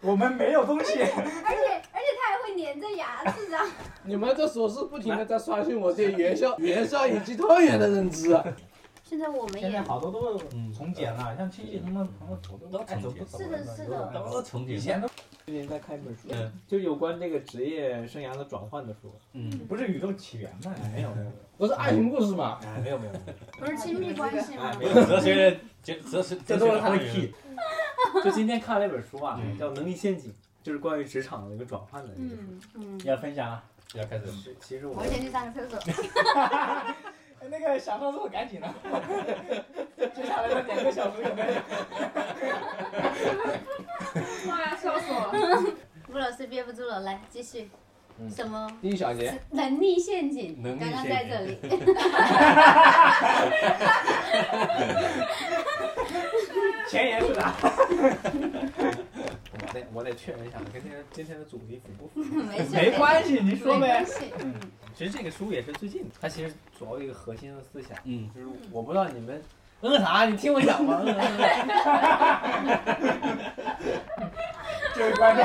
Speaker 10: 我们没有东西，
Speaker 4: 而且而且它还会粘在牙齿啊上。
Speaker 8: 你们这手势不停的在刷新我对元宵、元宵以及汤圆的认知。
Speaker 4: 现在我们
Speaker 10: 现在
Speaker 4: 也
Speaker 10: 好多都
Speaker 5: 嗯
Speaker 10: 从简了，像亲戚他们朋友走都爱走不走了
Speaker 4: 是的是的
Speaker 5: 都重
Speaker 10: 以
Speaker 5: 叠。
Speaker 10: 前都
Speaker 2: 最近在看一本书
Speaker 5: 嗯，
Speaker 2: 就有关这个职业生涯的转换的书。
Speaker 5: 嗯，
Speaker 10: 不是宇宙起源嘛，
Speaker 11: 哎
Speaker 10: 没有没有，
Speaker 8: 不是爱情故事吗？
Speaker 10: 哎没有没有，
Speaker 4: 不是亲密关系吗？
Speaker 5: 哎没有哲学的，哲哲学，
Speaker 10: 这都是他的 key。
Speaker 2: 就今天看了一本书啊
Speaker 5: 嗯，
Speaker 2: 叫《能力陷阱》，就是关于职场的一个转换的一个书。
Speaker 9: 嗯，
Speaker 4: 嗯，
Speaker 10: 要分享啊，
Speaker 5: 要开始。
Speaker 2: 是其实我
Speaker 4: 我先去上个厕所。
Speaker 10: 那个想上厕赶紧的，接下来的两个小时有没有？
Speaker 9: 妈呀，笑死我了。
Speaker 4: 吴老师憋不住了，来继续。什么
Speaker 8: 第一小节，
Speaker 4: 能力陷阱？
Speaker 5: 能力
Speaker 4: 刚刚在
Speaker 5: 陷
Speaker 4: 这里。
Speaker 10: 前言是啥？
Speaker 2: 我得我得确认一下，跟今天今天的主题符不符？
Speaker 4: 没事，
Speaker 10: 没关系，你说
Speaker 4: 没
Speaker 10: 呗
Speaker 4: 关。系。
Speaker 2: 其实这个书也是最近，它其实主要有一个核心的思想，
Speaker 5: 嗯，
Speaker 2: 就是我不知道你们嗯啥，你听我讲吧。嗯嗯嗯
Speaker 10: 这位观众，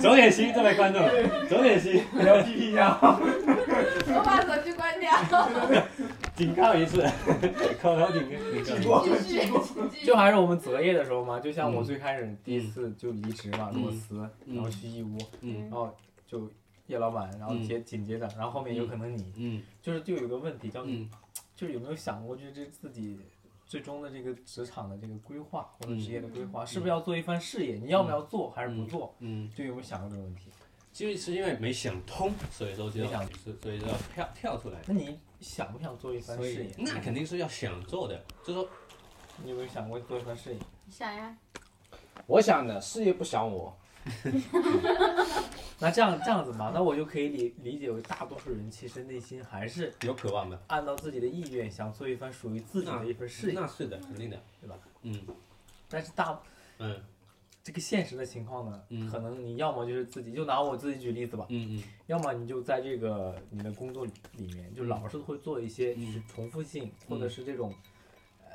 Speaker 5: 走点心，这位观众，走点心，
Speaker 10: 不要批评啊！
Speaker 9: 我把手机关掉。
Speaker 5: 警告一次，口头警告。警告。
Speaker 9: 继续，请继续
Speaker 11: 就。还是我们择业的时候嘛，就像我最开始第一次就离职嘛，
Speaker 5: 嗯
Speaker 11: 裸辞，
Speaker 5: 嗯
Speaker 11: 然后去义乌，
Speaker 5: 嗯
Speaker 11: 然后就叶老板，然后接紧接着，然后后面有可能你，
Speaker 5: 嗯
Speaker 11: 就是就有一个问题叫，
Speaker 5: 嗯
Speaker 11: 就是有没有想过，就是这自己最终的这个职场的这个规划或者
Speaker 5: 嗯
Speaker 11: 职业的规划，是不是要做一番事业？你要不要做还是不做？
Speaker 5: 嗯，
Speaker 11: 就有没有想过这个问题？
Speaker 5: 因为是因为没想通，所以说就
Speaker 11: 没
Speaker 5: 要
Speaker 11: 想
Speaker 5: 是所以说要跳跳出来。
Speaker 11: 那你想不想做一番
Speaker 5: 所
Speaker 11: 事
Speaker 5: 以
Speaker 11: 业？
Speaker 5: 那肯定是要想做的，就说
Speaker 11: 你有没有想过做一番事业？
Speaker 4: 想呀，
Speaker 8: 我想的事业不想我，
Speaker 11: 那这样这样子吧，那我就可以理理解为大多数人其实内心还是
Speaker 5: 有渴望的。
Speaker 11: 按照自己的意愿想做一番属于自己的一份事业，
Speaker 5: 那是的，肯定的，
Speaker 11: 对吧？
Speaker 5: 嗯
Speaker 11: 但是大
Speaker 5: 嗯
Speaker 11: 这个现实的情况呢，
Speaker 5: 嗯
Speaker 11: 可能你要么就是自己，就拿我自己举例子吧，
Speaker 5: 嗯嗯
Speaker 11: 要么你就在这个你的工作里面，就
Speaker 5: 嗯
Speaker 11: 老是会做一些就是重复性，或者是这种，呃，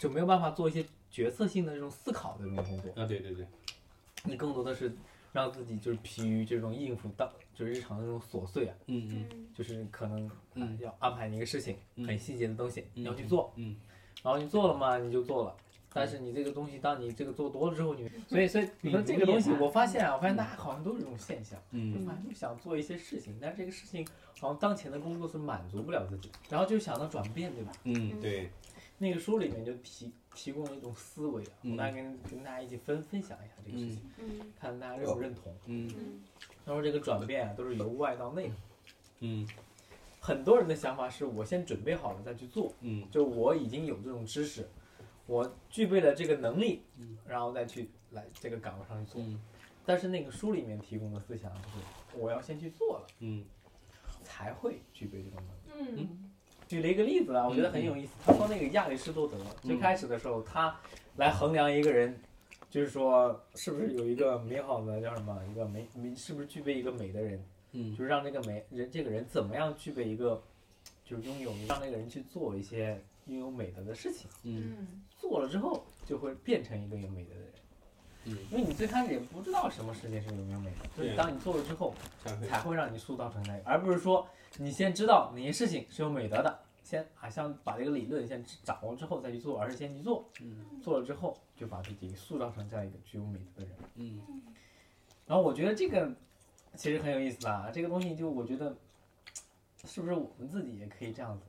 Speaker 11: 就没有办法做一些决策性的这种思考的这种工作，
Speaker 5: 啊，对对对，
Speaker 11: 你更多的是让自己就是疲于这种应付当就是日常的这种琐碎啊，
Speaker 5: 嗯嗯
Speaker 4: 嗯，
Speaker 11: 就是可能、呃
Speaker 5: 嗯
Speaker 11: 要安排你一个事情，
Speaker 5: 嗯
Speaker 11: 很细节的东西你要去
Speaker 5: 嗯
Speaker 11: 做，
Speaker 5: 嗯
Speaker 11: 然后你做了嘛，你就做了。但是你这个东西，当你这个做多了之后，你所以所以你说这个东西，我发现啊，我发现大家好像都有这种现象，就
Speaker 5: 嗯
Speaker 11: 反正就想做一些事情，但是这个事情好像当前的工作是满足不了自己，然后就想到转变，对吧？
Speaker 5: 嗯，对，
Speaker 11: 那个书里面就提提供了一种思维啊，我
Speaker 5: 嗯
Speaker 11: 大概跟跟大家一起分分享一下这个事情，
Speaker 4: 嗯
Speaker 11: 看大家认不认同。
Speaker 5: 嗯
Speaker 11: 他说这个转变啊，都是由外到内的，
Speaker 5: 嗯
Speaker 11: 很多人的想法是我先准备好了再去做，
Speaker 5: 嗯
Speaker 11: 就我已经有这种知识，我具备了这个能力，然后再去来这个岗位上去做。
Speaker 5: 嗯
Speaker 11: 但是那个书里面提供的思想就是，我要先去做了，
Speaker 5: 嗯
Speaker 11: 才会具备这种能力。
Speaker 9: 嗯，
Speaker 11: 举了一个例子啊，我觉
Speaker 5: 嗯
Speaker 11: 得很有意思。他说那个亚里士多德最开始的时候，他来衡量一个人，就是说是不是有一个美好的叫什么，一个美美是不是具备一个美的人，
Speaker 5: 嗯
Speaker 11: 就是让这个美人这个人怎么样具备一个就是拥有让那个人去做一些拥有美德的事情。
Speaker 4: 嗯，
Speaker 11: 做了之后就会变成一个有美德的人。嗯，因为你最开始也不知道什么事情是有没有美德，就是
Speaker 5: 对啊
Speaker 11: 当你做了之后
Speaker 5: 才会，
Speaker 11: 才会让你塑造成那个，而不是说你先知道哪些事情是有美德的，先好像把这个理论先掌握之后再去做，而是先去做，
Speaker 3: 嗯
Speaker 11: 做了之后就把自己塑造成这样一个具有美德的人。
Speaker 3: 嗯
Speaker 11: 然后我觉得这个其实很有意思啦，这个东西就我觉得是不是我们自己也可以这样子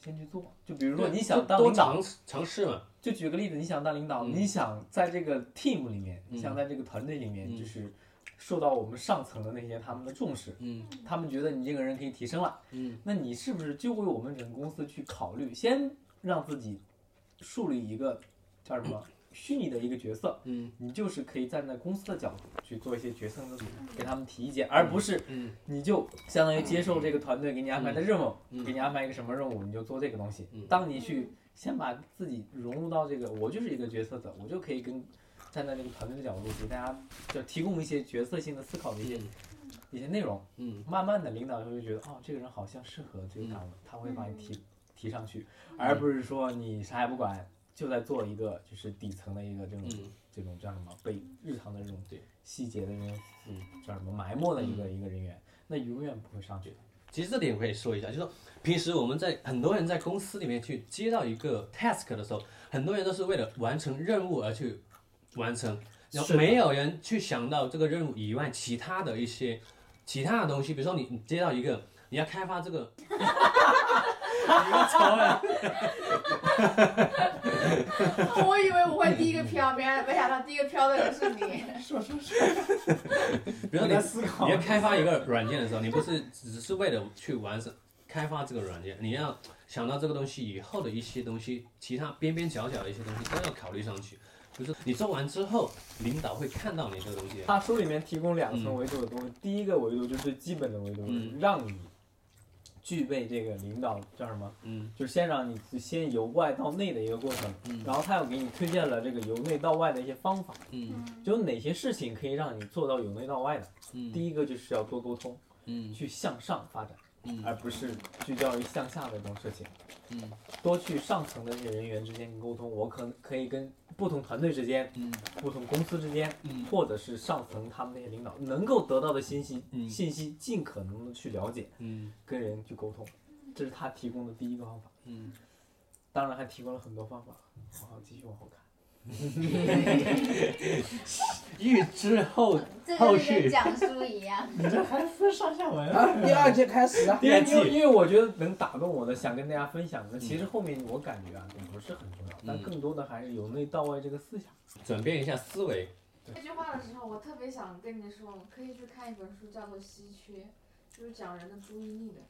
Speaker 11: 先去做？就比如说
Speaker 5: 对
Speaker 11: 你想
Speaker 5: 多
Speaker 11: 当
Speaker 5: 多
Speaker 11: 领导
Speaker 5: 尝试，尝试嘛。
Speaker 11: 就举个例子，你想当领导，你想在这个 team 里面，你想在这个团队里面，就是受到我们上层的那些他们的重视，
Speaker 3: 嗯，
Speaker 11: 他们觉得你这个人可以提升了，
Speaker 3: 嗯，
Speaker 11: 那你是不是就为我们整个公司去考虑，先让自己树立一个叫什么虚拟的一个角色，
Speaker 3: 嗯，
Speaker 11: 你就是可以站在公司的角度去做一些决策的努力，
Speaker 4: 嗯
Speaker 11: 给他们提意见，而不是，
Speaker 3: 嗯，
Speaker 11: 你就相当于接受这个团队给你安排的任务，
Speaker 3: 嗯
Speaker 11: 给你安排一个什么任务，你就做这个东西。当你去先把自己融入到这个，我就是一个决策者，我就可以跟站在这个团队的角度给大家就提供一些决策性的思考的一些。一些内容，
Speaker 3: 嗯，
Speaker 11: 慢慢的领导就会觉得，哦，这个人好像适合这个
Speaker 5: 嗯
Speaker 11: 岗位，他会把你提提上去，
Speaker 3: 嗯
Speaker 11: 而不是说你啥也不管，就在做一个就是底层的一个这种、
Speaker 3: 嗯
Speaker 11: 这种叫什么被日常的这种细节的这种嗯叫什么埋没的一
Speaker 5: 嗯
Speaker 11: 个、一个人员，那永远不会上去的。
Speaker 5: 其实这点我可以说一下，就是说平时我们在很多人在公司里面去接到一个 task 的时候，很多人都是为了完成任务而去完成，然
Speaker 11: 是
Speaker 5: 后
Speaker 11: 的
Speaker 5: 没有人去想到这个任务以外其他的一些其他的东西，比如说你你接到一个你要开发这个，你们吵了。
Speaker 9: 哦我以为我会第一个飘，没没想到第一个飘的人是你。 说说说。
Speaker 5: 比如
Speaker 11: 你在
Speaker 5: 你
Speaker 11: 思考
Speaker 5: 你要开发一个软件的时候，你不是只是为了去完成开发这个软件，你要想到这个东西以后的一些东西，其他边边角角的一些东西都要考虑上去。就是你做完之后，领导会看到你这个东西。
Speaker 11: 他书里面提供两
Speaker 8: 嗯
Speaker 11: 层维度的东西，第一个维度就是最基本的维度，让你具备这个领导叫什么？
Speaker 5: 嗯，
Speaker 11: 就是先让你先由外到内的一个过程，
Speaker 5: 嗯
Speaker 11: 然后他又给你推荐了这个由内到外的一些方法，
Speaker 5: 嗯，
Speaker 11: 就哪些事情可以让你做到由内到外的。
Speaker 5: 嗯
Speaker 11: 第一个就是要多沟通，
Speaker 5: 嗯，
Speaker 11: 去向上发展，
Speaker 5: 嗯
Speaker 11: 而不是聚焦于向下的这种事情。
Speaker 5: 嗯
Speaker 11: 多去上层的这些人员之间沟通，我可能可以跟不同团队之间，
Speaker 5: 嗯，
Speaker 11: 不同公司之间，
Speaker 5: 嗯，
Speaker 11: 或者是上层他们那些领导能够得到的信息，
Speaker 6: 嗯
Speaker 11: 信息尽可能的去了解，
Speaker 5: 嗯，
Speaker 11: 跟人去沟通，这是他提供的第一个方法，
Speaker 5: 嗯，
Speaker 11: 当然还提供了很多方法，我好继续往后看。
Speaker 5: 预知后
Speaker 4: 这个就跟讲书一样。
Speaker 11: 你这还分上下文
Speaker 8: 啊第二季开始啊
Speaker 11: 因为
Speaker 8: 第二季
Speaker 11: 因为我觉得能打动我的，想跟大家分享的，其实后面我感觉啊，也不是很重要，
Speaker 6: 嗯
Speaker 11: 但更多的还是由内到外这个思想，
Speaker 5: 转变一下思维。
Speaker 9: 这句话的时候，我特别想跟你说，我可以去看一本书，叫做《稀缺》，就是讲人的注意力的。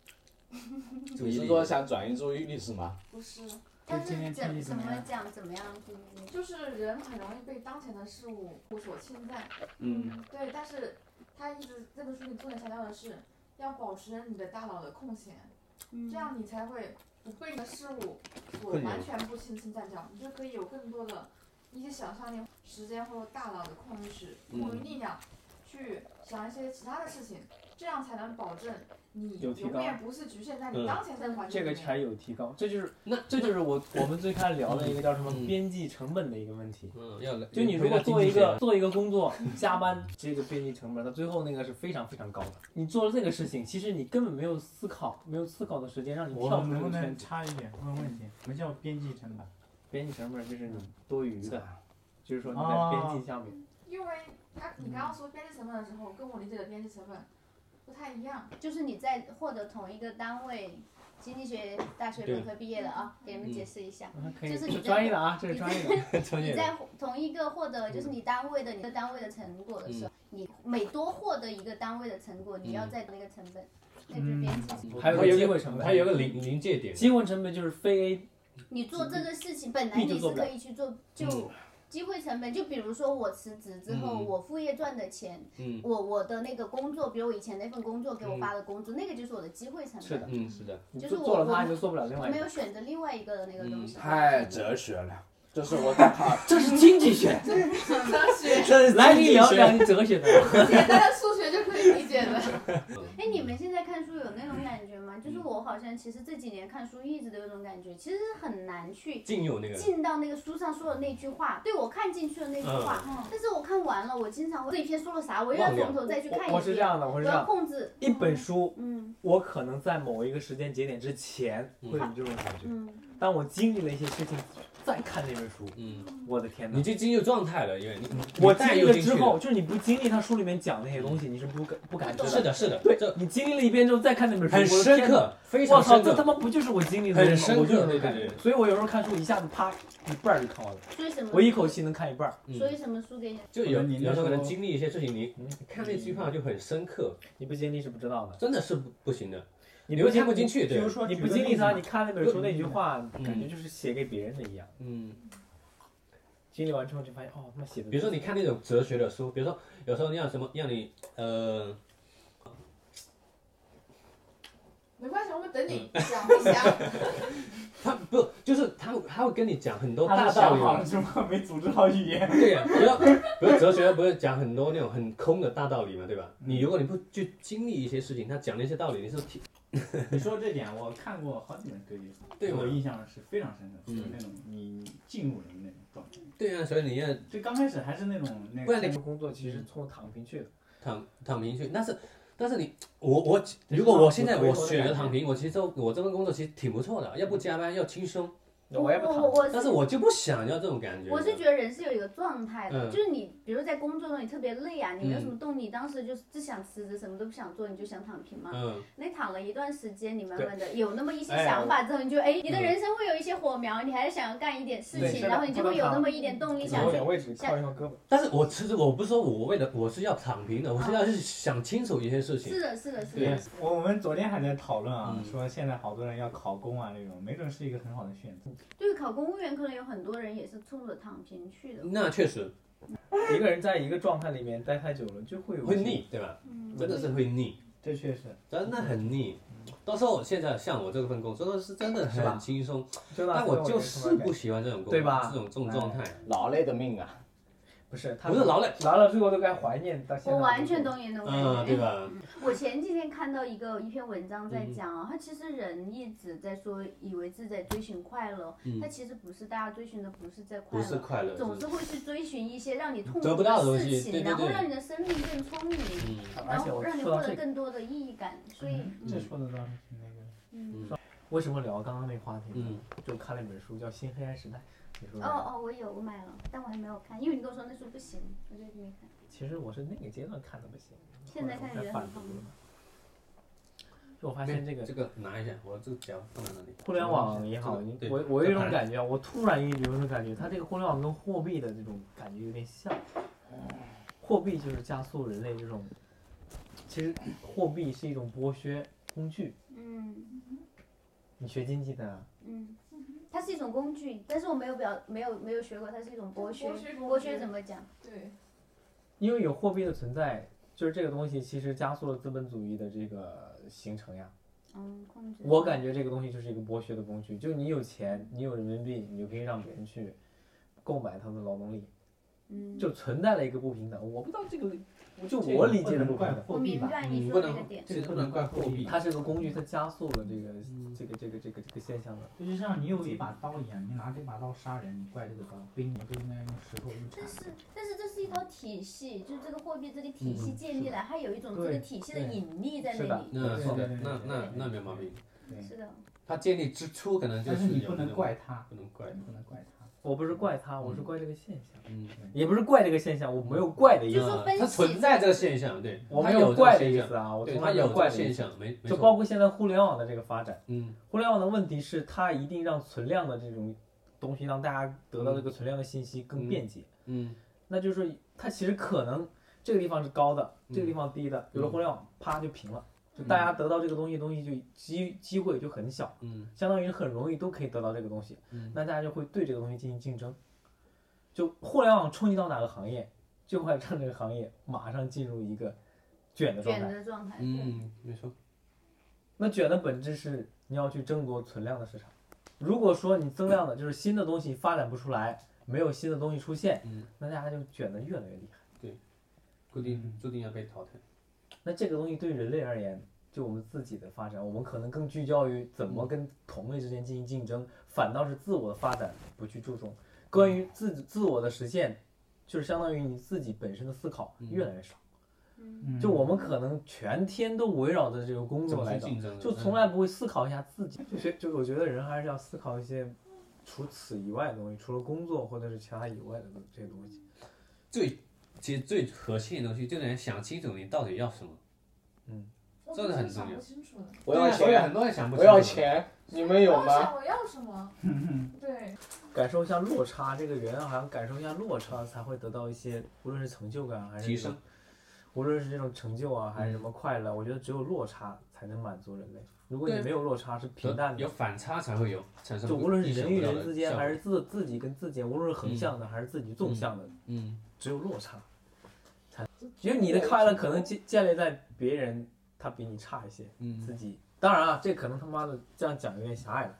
Speaker 6: 你是说想转移注意力是吗？
Speaker 9: 不是，
Speaker 4: 但是
Speaker 6: 今天
Speaker 4: 怎
Speaker 6: 听力
Speaker 4: 怎
Speaker 6: 怎么
Speaker 4: 么
Speaker 6: 样
Speaker 4: 讲怎么样？嗯
Speaker 9: 就是人很容易被当前的事物所侵犯。
Speaker 6: 嗯
Speaker 9: 对，但是他一直这本书里重点强调的是，要保持你的大脑的空闲，
Speaker 4: 嗯
Speaker 9: 这样你才会不被你的事物所
Speaker 5: 困扰
Speaker 9: 完全不侵侵占掉，你就可以有更多的一些想象力、时间或者大脑的空余时空余
Speaker 5: 嗯
Speaker 9: 力量，去想一些其他的事情，这样才能保证你
Speaker 11: 有提
Speaker 9: 永
Speaker 11: 高
Speaker 9: 远不是局限在
Speaker 11: 嗯
Speaker 9: 你当前的环境
Speaker 11: 这
Speaker 9: 里
Speaker 11: 个
Speaker 9: 面。
Speaker 11: 才有提高，这就是那这就是我我们最开始聊的一个叫什么边际成本的一个问题。
Speaker 5: 嗯，要
Speaker 11: 就你如果做一
Speaker 5: 回到经济
Speaker 11: 个
Speaker 5: 学
Speaker 11: 做一个工作，加班这个边际成本，它最后那个是非常非常高的。你做了这个事情，其实你根本没有思考，没有思考的时间，让你
Speaker 7: 我
Speaker 11: 跳出
Speaker 7: 们
Speaker 11: 这
Speaker 7: 能不
Speaker 11: 个圈
Speaker 7: 能
Speaker 11: 子。
Speaker 7: 插一点问问题？什么叫边际成本？
Speaker 11: 边际成本就是
Speaker 5: 嗯
Speaker 11: 你多余的，
Speaker 5: 啊
Speaker 11: 就是说你在
Speaker 7: 哦
Speaker 11: 边际上面。
Speaker 9: 因为他你
Speaker 11: 嗯
Speaker 9: 刚刚说边际成本的时候，跟我理解的边际成本不太一样。
Speaker 4: 就是你在获得同一个单位经济学大学本科毕业的啊，给你们解释一下
Speaker 5: 哦
Speaker 11: 嗯，可以
Speaker 4: 就是
Speaker 11: 这
Speaker 4: 你在
Speaker 11: 专业的啊这是 专业的专业
Speaker 4: 你
Speaker 11: 的嗯
Speaker 4: 在同一个获得就是你单位的你的单位的成果的时候，你每多获得一个单位的成果，
Speaker 11: 嗯
Speaker 4: 你要再那个成本，那就是边际成本。
Speaker 11: 还有
Speaker 5: 它有一个
Speaker 11: 机会成本，
Speaker 5: 它有一个临临界点
Speaker 11: 机会成本就是非 A
Speaker 4: 你做这个事情本来你是可以去做，
Speaker 11: 嗯
Speaker 4: 就机会成本，就比如说我辞职之后，
Speaker 5: 嗯
Speaker 4: 我副业赚的钱，
Speaker 5: 嗯
Speaker 4: 我我的那个工作，比如我以前那份工作
Speaker 11: 嗯
Speaker 4: 给我发的工资，那个就是我的机会成本。
Speaker 5: 是的，嗯，是的，
Speaker 4: 就是我
Speaker 11: 做了它
Speaker 4: 我
Speaker 11: 你就做不了另外一
Speaker 4: 我没
Speaker 11: 个嗯
Speaker 4: 有选择另外一个的那个东西。
Speaker 6: 嗯太哲学了，这是 我在看，
Speaker 11: 这是经济学，
Speaker 9: 这是哲学，
Speaker 11: 来你聊聊你哲学的。
Speaker 9: 简单的数学就可以理解的。
Speaker 4: 哎，你们现在看书有那种感觉吗？
Speaker 11: 嗯
Speaker 4: 就是我好像其实这几年看书一直都有种感觉，其实很难去
Speaker 5: 进入那个
Speaker 4: 进到那个书上说的那句话，对我看进去的那句
Speaker 11: 嗯
Speaker 4: 话。
Speaker 9: 嗯
Speaker 4: 但是我看完了，我经常会这一篇说了啥，我又要从头再去看一遍。嗯
Speaker 11: 我是这样的，我是这
Speaker 4: 要
Speaker 11: 样。
Speaker 4: 控制
Speaker 11: 一本书，
Speaker 4: 嗯，
Speaker 11: 我可能在某一个时间节点之前会有这种感觉，
Speaker 4: 嗯，
Speaker 11: 当我经历了一些事情再看那本书，
Speaker 5: 嗯，
Speaker 11: 我的天哪！
Speaker 5: 你就进入状态了，因为你
Speaker 11: 我
Speaker 5: 你带
Speaker 11: 经历
Speaker 5: 入
Speaker 11: 了
Speaker 5: 进去
Speaker 11: 之后，就是你不经历他书里面讲那些东西，你是不敢不敢知道。
Speaker 5: 是的是的
Speaker 11: 对，你经历了一遍之后再看那本书，
Speaker 5: 很
Speaker 11: 我的
Speaker 5: 深
Speaker 11: 天
Speaker 5: 刻
Speaker 11: 哪
Speaker 5: 非常深
Speaker 11: 我操，这
Speaker 5: 刻
Speaker 11: 他妈不就是我经历的东西吗？
Speaker 5: 很
Speaker 11: 我
Speaker 5: 深
Speaker 11: 就
Speaker 5: 刻
Speaker 11: 有那种感
Speaker 5: 对
Speaker 11: 觉
Speaker 5: 对。对
Speaker 11: 所以我有时候看书一下子啪一半儿就看完了，
Speaker 4: 所以什么？
Speaker 11: 我一口气嗯能看一半儿。
Speaker 4: 所以什么书给你？
Speaker 5: 嗯就有
Speaker 11: 你那
Speaker 5: 有时候可能
Speaker 11: 时候嗯
Speaker 5: 经历一些事情，你看那句话就很深刻，
Speaker 11: 你不经历是不知道的，
Speaker 5: 真的是不不行的，
Speaker 11: 你
Speaker 5: 又
Speaker 11: 不
Speaker 5: 听
Speaker 11: 经
Speaker 5: 不进去。对
Speaker 11: 你不经历它，你看那本书那句话，感觉就是写给别人的一样。
Speaker 5: 嗯，
Speaker 11: 经历完之后就发现，哦，他妈写的。
Speaker 5: 比如说你看那种哲学的书，比如说有时候让什么让你呃，
Speaker 9: 没关系，我们等你
Speaker 5: 嗯
Speaker 9: 想一想。
Speaker 5: 他不就是他他会跟你讲很多
Speaker 10: 他
Speaker 5: 大
Speaker 10: 是
Speaker 5: 道
Speaker 10: 上
Speaker 5: 理
Speaker 10: 好
Speaker 5: 嘛
Speaker 10: 了，之后没组织好语言。
Speaker 5: 对呀，比如说比如哲学不是讲很多那种很空的大道理嘛，对吧？
Speaker 11: 嗯
Speaker 5: 你如果你不去经历一些事情，他讲那些道理你是听，
Speaker 10: 你说这点，我看过好几本歌剧，
Speaker 5: 对啊
Speaker 10: 我
Speaker 5: 吗
Speaker 10: 印象是非常深的，就是
Speaker 5: 嗯
Speaker 10: 那种你进入人的那种状态。
Speaker 5: 对啊，所以你要
Speaker 10: 就刚开始还是那种那
Speaker 5: 不
Speaker 10: 个
Speaker 5: 然你
Speaker 11: 工作其
Speaker 5: 嗯
Speaker 11: 实从躺平去的。
Speaker 5: 躺躺平去，但是但是你我我如果我现在我选择躺平，我其实这我这份工作其实挺不错的，要不加班要轻松，
Speaker 11: 我要不
Speaker 4: 我我
Speaker 5: 但是我就不想要这种感觉。
Speaker 4: 我是觉得人是有一个状态的，
Speaker 5: 嗯
Speaker 4: 就是你，比如在工作中你特别累啊，你没有
Speaker 5: 嗯
Speaker 4: 什么动力，当时就是只想辞职，什么都不想做，你就想躺平嘛。
Speaker 5: 嗯，
Speaker 4: 那躺了一段时间，你慢慢的
Speaker 11: 对
Speaker 4: 有那么一些
Speaker 11: 哎
Speaker 4: 想法之后，你就哎，你的
Speaker 5: 嗯
Speaker 4: 人生会有一些火苗，你还是想要干一点事
Speaker 11: 对
Speaker 4: 情，
Speaker 11: 是的
Speaker 4: 然后你就
Speaker 11: 不
Speaker 4: 会
Speaker 11: 能
Speaker 4: 有那
Speaker 11: 躺
Speaker 4: 么一点动力想
Speaker 11: 有
Speaker 4: 去
Speaker 11: 点位置靠一靠胳膊。
Speaker 5: 但是我其实我不是说我为了我是要躺平的，我是要去想清楚一些事情
Speaker 4: 是。的，是的，是
Speaker 10: 对
Speaker 4: 的。，
Speaker 10: 我我们昨天还在讨论啊，
Speaker 5: 嗯
Speaker 10: 说现在好多人要考公啊那种，没准是一个很好的选择。
Speaker 4: 对，考公务员可能有很多人也是冲着躺平去的。
Speaker 5: 那确实
Speaker 11: 一个人在一个状态里面待太久了，就会有
Speaker 5: 会腻，对吧？
Speaker 4: 嗯
Speaker 5: 真的是会腻，
Speaker 10: 这确实，
Speaker 5: 真的很腻。到时候我现在像我这份工作，真的是真的
Speaker 11: 是吧
Speaker 5: 很轻松，
Speaker 11: 就那
Speaker 5: 但我就是不
Speaker 11: 不
Speaker 5: 喜欢这种工作，
Speaker 11: 对吧哎
Speaker 5: 这种这种状态，
Speaker 6: 劳累的命啊！
Speaker 11: 不是，他
Speaker 5: 不是劳
Speaker 4: 哎
Speaker 5: 累，
Speaker 11: 劳了之后都该怀念到现在。
Speaker 4: 我完全懂你那种感觉
Speaker 5: 嗯，。对吧？
Speaker 4: 我前几天看到一个一篇文章在
Speaker 5: 嗯
Speaker 4: 讲哦，他其实人一直在说，以为自己在追寻快乐，
Speaker 5: 嗯
Speaker 4: 他其实不是，大家追寻的不是在快
Speaker 5: 不
Speaker 4: 乐，
Speaker 5: 是快乐，
Speaker 4: 总
Speaker 5: 是
Speaker 4: 是会去追寻一些让你痛
Speaker 5: 得
Speaker 4: 苦
Speaker 5: 不到的东
Speaker 4: 事
Speaker 5: 西
Speaker 4: 情，
Speaker 5: 对对
Speaker 4: 然后
Speaker 5: 对
Speaker 4: 让你的生命更聪明，
Speaker 5: 嗯
Speaker 11: 而
Speaker 4: 然
Speaker 11: 且
Speaker 4: 后
Speaker 11: 我
Speaker 4: 让你
Speaker 11: 说到
Speaker 4: 获
Speaker 11: 这
Speaker 4: 得
Speaker 11: 个，嗯
Speaker 4: 更多的意义感。所以，
Speaker 10: 这说的倒是挺那个。
Speaker 4: 嗯，
Speaker 11: 为什么聊刚刚那话题？
Speaker 5: 嗯，
Speaker 11: 就看了一本书叫《新黑暗时代》，你说
Speaker 4: 哦哦，我有，我买了，但我还没有看，因为你跟我说那书不行，我就没看。
Speaker 11: 其实我是那个阶段看的不行，
Speaker 4: 现在看
Speaker 11: 后
Speaker 4: 觉
Speaker 11: 来
Speaker 4: 得
Speaker 11: 我才
Speaker 4: 很
Speaker 11: 反
Speaker 4: 棒
Speaker 11: 读。了。就我发现这个
Speaker 5: 这个拿一下，我这个脚放在那里。
Speaker 11: 互联网也好，
Speaker 5: 对
Speaker 11: 我我有一种
Speaker 5: 这盘
Speaker 11: 感觉啊，我突然有一种感觉，它这个互联网跟货币的这种感觉有点像。货币就是加速人类这种，其实货币是一种剥削工具。
Speaker 4: 嗯
Speaker 11: 你学经济的啊，
Speaker 4: 嗯，它是一种工具，但是我没有表没有没有学过，它是一种剥削。
Speaker 9: 剥削工
Speaker 4: 剥
Speaker 9: 具
Speaker 4: 削怎么讲？
Speaker 9: 对，
Speaker 11: 因为有货币的存在，就是这个东西其实加速了资本主义的这个形成呀。
Speaker 4: 嗯，控制。
Speaker 11: 我感觉这个东西就是一个剥削的工具，就你有钱，你有人民币，你就可以让别人去购买他们的劳动力，
Speaker 4: 嗯，
Speaker 11: 就存在了一个不平等。我不知道这个，就
Speaker 10: 这个
Speaker 11: 我理解的
Speaker 10: 不
Speaker 11: 不
Speaker 10: 能怪
Speaker 11: 平等。
Speaker 4: 我
Speaker 10: 货币
Speaker 4: 明
Speaker 10: 吧，
Speaker 4: 白
Speaker 5: 嗯
Speaker 4: 你
Speaker 5: 不
Speaker 4: 说的那个
Speaker 5: 能
Speaker 4: 点。
Speaker 5: 这个不能怪货币，
Speaker 11: 它是个工具，它加速了这个这个这个这个这个现象的。
Speaker 10: 这就像你有一把刀一样，你拿这把刀杀人，你怪这个刀，不应不应该用石头用铲
Speaker 4: 但
Speaker 10: 子
Speaker 4: 是。但是这是一套体系，就是这个货币这个体系
Speaker 5: 嗯
Speaker 4: 建立了，它有一种这个
Speaker 11: 对
Speaker 4: 体系的
Speaker 11: 对
Speaker 4: 引力在
Speaker 11: 是
Speaker 4: 那
Speaker 11: 的
Speaker 4: 里。
Speaker 5: 那
Speaker 10: 对
Speaker 5: 是的，
Speaker 10: 对对
Speaker 5: 那
Speaker 10: 对
Speaker 5: 那
Speaker 10: 对
Speaker 5: 那没
Speaker 10: 对
Speaker 5: 毛病。
Speaker 4: 是的，
Speaker 5: 它建立之初可能就
Speaker 10: 但是你
Speaker 5: 有
Speaker 10: 不
Speaker 5: 那
Speaker 10: 能
Speaker 5: 种
Speaker 10: 怪他，
Speaker 5: 不能怪
Speaker 10: 你，不能怪他。
Speaker 11: 我不是怪他，我是怪这个现象，
Speaker 5: 嗯，
Speaker 11: 也不是怪这个现象，我没有怪的意
Speaker 4: 就
Speaker 11: 思，
Speaker 4: 说
Speaker 5: 啊
Speaker 4: 分
Speaker 5: 它
Speaker 4: 析
Speaker 5: 存在这个现象，对，
Speaker 11: 我
Speaker 5: 它
Speaker 11: 没
Speaker 5: 有这个
Speaker 11: 怪的
Speaker 5: 现
Speaker 11: 意
Speaker 5: 象
Speaker 11: 思啊，我
Speaker 5: 对，
Speaker 11: 从
Speaker 5: 它
Speaker 11: 来没
Speaker 5: 有这
Speaker 11: 怪
Speaker 5: 个
Speaker 11: 的意
Speaker 5: 现
Speaker 11: 思。
Speaker 5: 象，没没
Speaker 11: 就
Speaker 5: 错，
Speaker 11: 包括现在互联网的这个发展，
Speaker 5: 嗯
Speaker 11: 互联网的问题是它一定让存量的这种东西让大家得到这个存量的信息更便捷。
Speaker 5: 嗯
Speaker 11: 那就是说它其实可能这个地方是高的，这个地
Speaker 5: 嗯
Speaker 11: 方低的，有了互联网，啪就平了，就大家得到这个东西东西就机机会就很小，
Speaker 5: 嗯
Speaker 11: 相当于很容易都可以得到这个东西，
Speaker 5: 嗯
Speaker 11: 那大家就会对这个东西进行竞争。就互联网冲击到哪个行业，就会让这个行业马上进入一个卷的状
Speaker 4: 卷
Speaker 11: 态。
Speaker 4: 的状态。对
Speaker 5: 嗯，没错，
Speaker 11: 那卷的本质是你要去争夺存量的市场。如果说你增量的就是新的东西发展不出来，没有新的东西出现，那大家就卷得越来越厉害。
Speaker 5: 对，固定注定要被淘汰。
Speaker 11: 那这个东西对人类而言，就我们自己的发展，我们可能更聚焦于怎么跟同类之间进行竞争，反倒是自我的发展不去注重。关于自自我的实现，就是相当于你自己本身的思考越来越少。就我们可能全天都围绕着这个工嗯作来
Speaker 5: 怎
Speaker 11: 搞
Speaker 5: 么去竞争，的嗯
Speaker 11: 就从来不会思考一下自己。就学就我觉得人还是要思考一些除此以外的东西，除了工作或者是其他以外的这些东西。
Speaker 5: 最其实最核心的东西就是你想清楚你到底要什么。
Speaker 11: 嗯，
Speaker 5: 这个很重要。
Speaker 6: 我要
Speaker 5: 对啊
Speaker 6: 钱，
Speaker 5: 很多人想不
Speaker 6: 我
Speaker 5: 清楚
Speaker 6: 要钱，你们有
Speaker 14: 我想
Speaker 6: 吗？嗯
Speaker 14: 我要什么？对，
Speaker 11: 感受一下落差，这个人好像感受一下落差，才会得到一些，无论是成就感还是
Speaker 5: 提
Speaker 11: 这种
Speaker 5: 升，嗯
Speaker 11: 无论是这种成就啊，还是什么快乐，我觉得只有落差才能满足人类。如果你
Speaker 5: 对
Speaker 11: 没有落差，是平淡的，
Speaker 5: 有反差才会有产生
Speaker 11: 就无论是
Speaker 5: 意想
Speaker 11: 人
Speaker 5: 不
Speaker 11: 与
Speaker 5: 到的
Speaker 11: 人之间，
Speaker 5: 效果
Speaker 11: 还是自自己跟自己，无论是横向的还是自己纵向的，
Speaker 5: 嗯，
Speaker 11: 只有落差，才因为你的快乐可能建建立在别人他比你差一些，自己当然啊，这可能他妈的这样讲有点狭隘了，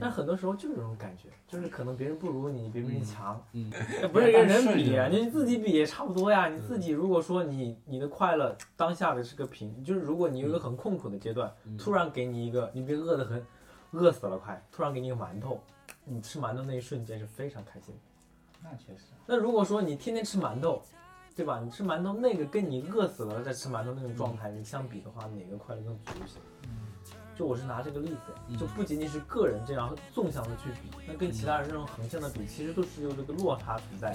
Speaker 11: 但很多时候就是这种感觉，就是可能别人不如你，别人比你强，
Speaker 5: 嗯，
Speaker 11: 不是跟人
Speaker 5: 顺
Speaker 11: 比啊，
Speaker 5: 着
Speaker 11: 你自己比也差不多呀。你
Speaker 5: 嗯
Speaker 11: 自己如果说你你的快乐当下的是个平，就是如果你有一个很痛苦的阶段，
Speaker 5: 嗯
Speaker 11: 突然给你一个，你别饿得很，饿死了快，突然给你一个馒头，你吃馒头那一瞬间是非常开心的。
Speaker 10: 那确实，
Speaker 11: 那如果说你天天吃馒头，对吧？你吃馒头那个跟你饿死了再吃馒头那种状态，你相比的话，哪个快乐更足一些？就我是拿这个例子，就不仅仅是个人这样纵向的去比，那跟其他人这种横向的比，其实都是有这个落差存在。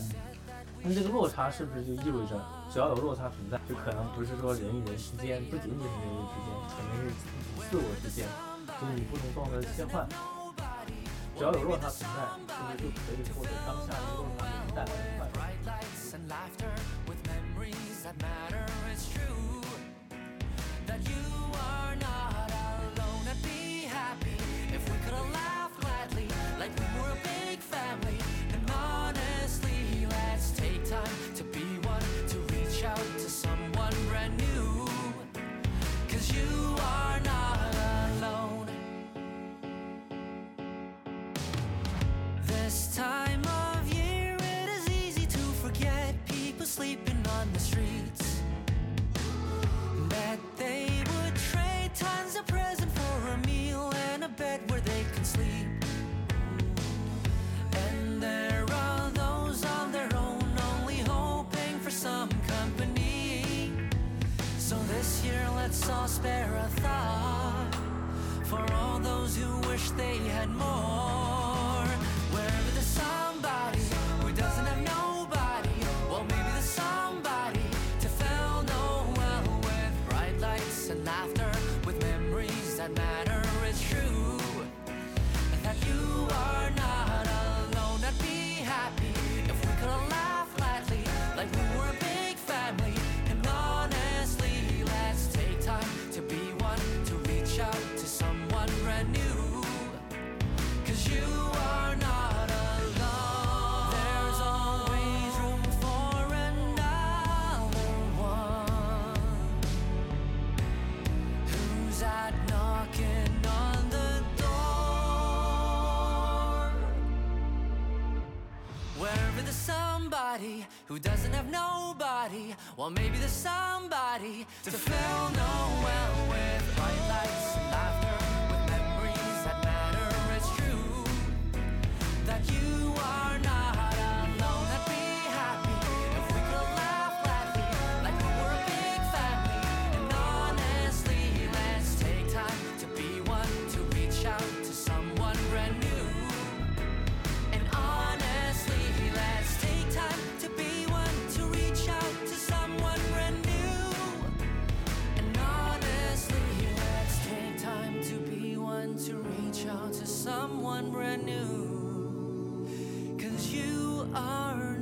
Speaker 11: 那这个落差是不是就意味着，只要有落差存在，就可能不是说人与人之间，不仅仅是人与人之间，可能是自我之间，就是你不同状态的切换。只要有落差存在，是不是就可以获得当下的落差带来的快乐？
Speaker 15: Lights and laughter with memories that matter. It's true that you are not alone and be happy. If we could have laughed gladly, like we were a big family, then honestly, let's take time to be one, to reach out to someone brand new. Cause you are not alone. This time of year, it is easy to forget people sleeping on the streets. That they would trade tons of present for a meal and a bed where they can sleep. And there are those on their own, only hoping for some company. So this year, let's all spare a thought for all those who wish they had more. Wherever the somebody who doesn't have nobody, well, maybe the somebody to fill no well with bright lights and laughter, with memories that matter. It's true that you are not alone. I'd be happy if we could all laugh lightly, like we were a big family. And honestly, let's take time to be one, to reach out to someone brand new. Cause you are not alone. There's always room for another one who's at knocking on the door. Wherever there's somebody who doesn't have nobody, well, maybe there's somebody to fill no well with bright lights and laughter, with memories that matter. It's true that you are not alone. I'd be happy if we could laugh gladly, like we were a big family. And honestly, let's take time to be one, to reach out to someone brand new. And honestly, let's take time to be one, to reach out to someone brand new. And honestly, let's take time to be one, to reach out to someone brand new. Cause you are